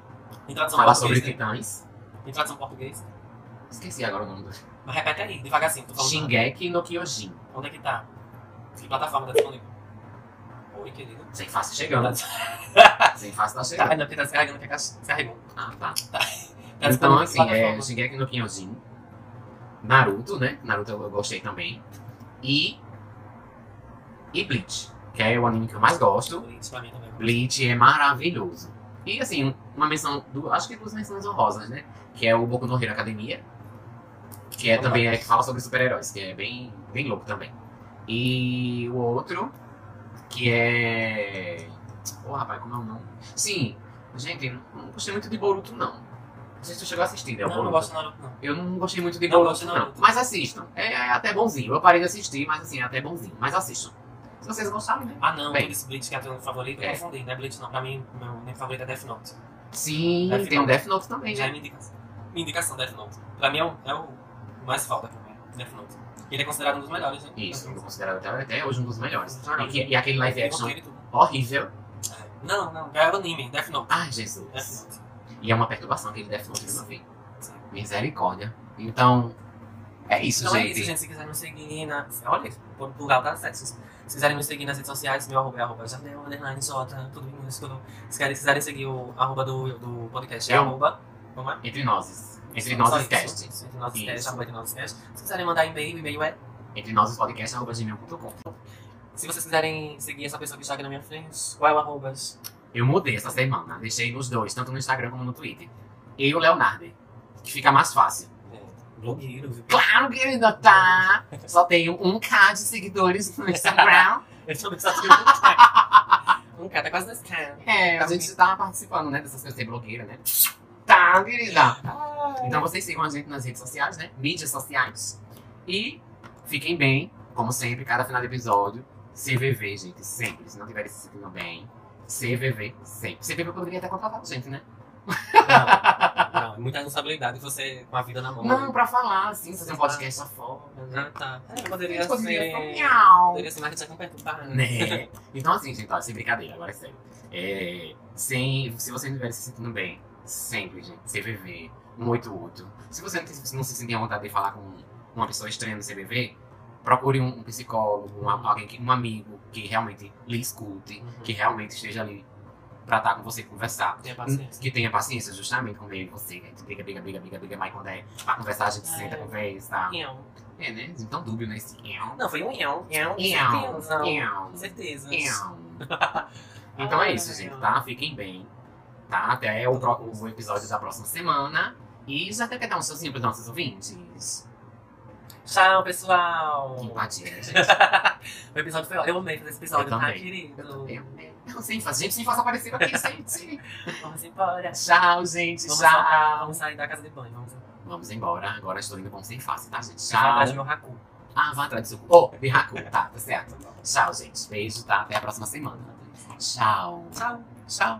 [SPEAKER 3] Em tradução
[SPEAKER 2] Fala sobre
[SPEAKER 3] portuguesa.
[SPEAKER 2] titãs.
[SPEAKER 3] Em tradução portuguesa.
[SPEAKER 2] Esqueci agora o nome do.
[SPEAKER 3] Mas repete aí, devagarzinho. Tô falando.
[SPEAKER 2] Shingeki no Kyojin.
[SPEAKER 3] Onde é que tá? Que plataforma tá disponível? Oi, querido.
[SPEAKER 2] Sem fácil tá chegando. Sem fácil tá
[SPEAKER 3] Tá
[SPEAKER 2] chegando.
[SPEAKER 3] vendo porque tá descarregando que a caixa descarregou.
[SPEAKER 2] Ah, tá.
[SPEAKER 3] Tá
[SPEAKER 2] Então,
[SPEAKER 3] disponível em
[SPEAKER 2] assim, é
[SPEAKER 3] plataforma.
[SPEAKER 2] Shingeki no Kyojin. Naruto, né? Naruto eu eu gostei também. E. E Bleach, que é o anime que eu mais gosto.
[SPEAKER 3] Isso pra mim também.
[SPEAKER 2] Bleach é maravilhoso. E assim, uma menção, du- acho que duas menções honrosas, né? Que é o Boku no Hero Academia, que é também é, que fala sobre super-heróis, que é bem, bem louco também. E o outro, que é. Ô rapaz, como é o nome? Sim, gente, não gostei muito de Boruto, não. Não sei se tu chegou a assistir, né? o
[SPEAKER 3] Não, eu não
[SPEAKER 2] Boruto?
[SPEAKER 3] gosto de Naruto, não.
[SPEAKER 2] Eu não gostei muito de
[SPEAKER 3] Não
[SPEAKER 2] Boruto,
[SPEAKER 3] gosto,
[SPEAKER 2] não.
[SPEAKER 3] não.
[SPEAKER 2] Mas assistam. É, é até bonzinho. Eu parei de assistir, mas assim, é até bonzinho. Mas assistam. Se vocês gostaram, né?
[SPEAKER 3] Ah, não,
[SPEAKER 2] Bem.
[SPEAKER 3] Bem. esse Bleach que é o meu favorito, eu
[SPEAKER 2] É.
[SPEAKER 3] confundi, não é Bleach não. Pra mim, meu anime favorito é Death Note.
[SPEAKER 2] Sim,
[SPEAKER 3] Death
[SPEAKER 2] tem um
[SPEAKER 3] Note.
[SPEAKER 2] Death Note também,
[SPEAKER 3] Já é
[SPEAKER 2] né?
[SPEAKER 3] minha indicação. Minha indicação, Death Note. Pra mim é o, é o mais foda pra mim, Death Note. Ele é considerado um dos melhores, né?
[SPEAKER 2] Isso,
[SPEAKER 3] Death
[SPEAKER 2] eu
[SPEAKER 3] Note.
[SPEAKER 2] considero até, até hoje um dos melhores.
[SPEAKER 3] Joga.
[SPEAKER 2] E, que- e aquele live
[SPEAKER 3] Eu
[SPEAKER 2] action
[SPEAKER 3] gostei de tudo.
[SPEAKER 2] horrível.
[SPEAKER 3] Não, não, é o anime, Death Note.
[SPEAKER 2] Ai,
[SPEAKER 3] Death
[SPEAKER 2] Jesus.
[SPEAKER 3] Note.
[SPEAKER 2] E é uma perturbação que ele deve não ter ver. Misericórdia. Então, é isso,
[SPEAKER 3] Então é
[SPEAKER 2] gente.
[SPEAKER 3] isso, gente. Se quiserem me seguir na. Olha, por plural das sexos. Se quiserem me seguir nas redes sociais, meu arroba é arroba Jardel, underline, Jota, tudo em minúsculo. Se quiserem, se quiserem seguir o arroba do, do podcast, é
[SPEAKER 2] Eu.
[SPEAKER 3] arroba. Vamos lá?
[SPEAKER 2] Entre nós. Entre
[SPEAKER 3] Só
[SPEAKER 2] nós
[SPEAKER 3] isso.
[SPEAKER 2] cast.
[SPEAKER 3] Isso, Entre nós
[SPEAKER 2] Isso.
[SPEAKER 3] cast, arroba entre nós cast. Se quiserem mandar e-mail, o e-mail é.
[SPEAKER 2] Entre nós podcast arroba gmail.com.
[SPEAKER 3] Se vocês quiserem seguir essa pessoa que está aqui na minha frente, qual é o arrobas?
[SPEAKER 2] Eu mudei essa semana. Deixei nos dois, tanto no Instagram como no Twitter. Eu e o Leonardo. Que fica mais fácil.
[SPEAKER 3] É, blogueiro, viu?
[SPEAKER 2] Claro, querida, tá? Só tenho um K de seguidores no Instagram.
[SPEAKER 3] Eu tô pensando que eu Um cara tá quase nesse cara.
[SPEAKER 2] É, a gente tá participando, né? Dessas coisas de blogueira, né? Tá, querida. Então vocês sigam a gente nas redes sociais, né? Mídias sociais. E fiquem bem, como sempre, cada final de episódio. CVV, gente, sempre. Se não tiverem se sentindo bem, CVV, sempre. CVV poderia até contratar a gente, né?
[SPEAKER 3] Não, não, é muita responsabilidade você com a vida na mão.
[SPEAKER 2] Não,
[SPEAKER 3] né?
[SPEAKER 2] pra falar, assim, fazer um podcast só fora.
[SPEAKER 3] Ah, tá. É,
[SPEAKER 2] A
[SPEAKER 3] poderia
[SPEAKER 2] gente poderia só-
[SPEAKER 3] ser.
[SPEAKER 2] Miau.
[SPEAKER 3] Poderia ser marketing com perturbar.
[SPEAKER 2] Né? Então, assim, gente, ó, sem brincadeira, agora é sério. É, sem, se você não estiver se sentindo bem, sempre, gente, CVV, 188. Se você não, tem- se não se sentir à vontade de falar com uma pessoa estranha no CVV, procure um, um psicólogo, uma- alguém que- um amigo que realmente lhe escute,
[SPEAKER 3] Uhum.
[SPEAKER 2] que realmente esteja ali pra estar com você e conversar.
[SPEAKER 3] Tenha paciência.
[SPEAKER 2] Que tenha paciência justamente com ele, você, que a gente briga, briga, briga, briga, briga, mas quando é pra conversar, a gente
[SPEAKER 3] É.
[SPEAKER 2] senta, conversa.
[SPEAKER 3] Nhão.
[SPEAKER 2] É, né? Então, dúbio nesse. Nhão,
[SPEAKER 3] Não, foi um nhão. Nhão.
[SPEAKER 2] nhão,
[SPEAKER 3] Certeza. não.
[SPEAKER 2] nhão.
[SPEAKER 3] Certeza.
[SPEAKER 2] Então é isso, gente, tá? Fiquem bem. Tá? Até o, pro- o episódio da próxima semana. E já até quer dar um sozinho pros nossos ouvintes.
[SPEAKER 3] Tchau, pessoal.
[SPEAKER 2] Que empatia, gente.
[SPEAKER 3] o episódio foi ótimo. Eu amei fazer esse episódio,
[SPEAKER 2] Eu
[SPEAKER 3] tá,
[SPEAKER 2] também.
[SPEAKER 3] querido?
[SPEAKER 2] Eu também, amei. Não, sem fazer, gente, sem faça aparecer aqui, gente.
[SPEAKER 3] Vamos embora.
[SPEAKER 2] Tchau, gente.
[SPEAKER 3] Vamos,
[SPEAKER 2] tchau.
[SPEAKER 3] Sair, vamos sair da casa de banho. Vamos embora.
[SPEAKER 2] Vamos embora. Agora estou indo com sem face, tá, gente?
[SPEAKER 3] Eu vou atrás do
[SPEAKER 2] Tchau.
[SPEAKER 3] meu racu.
[SPEAKER 2] Ah, vá atrás do seu. Oh, de Haku. Tá, tá certo. Tchau, gente. Beijo, tá? Até a próxima semana. Tchau.
[SPEAKER 3] Tchau.
[SPEAKER 2] Tchau.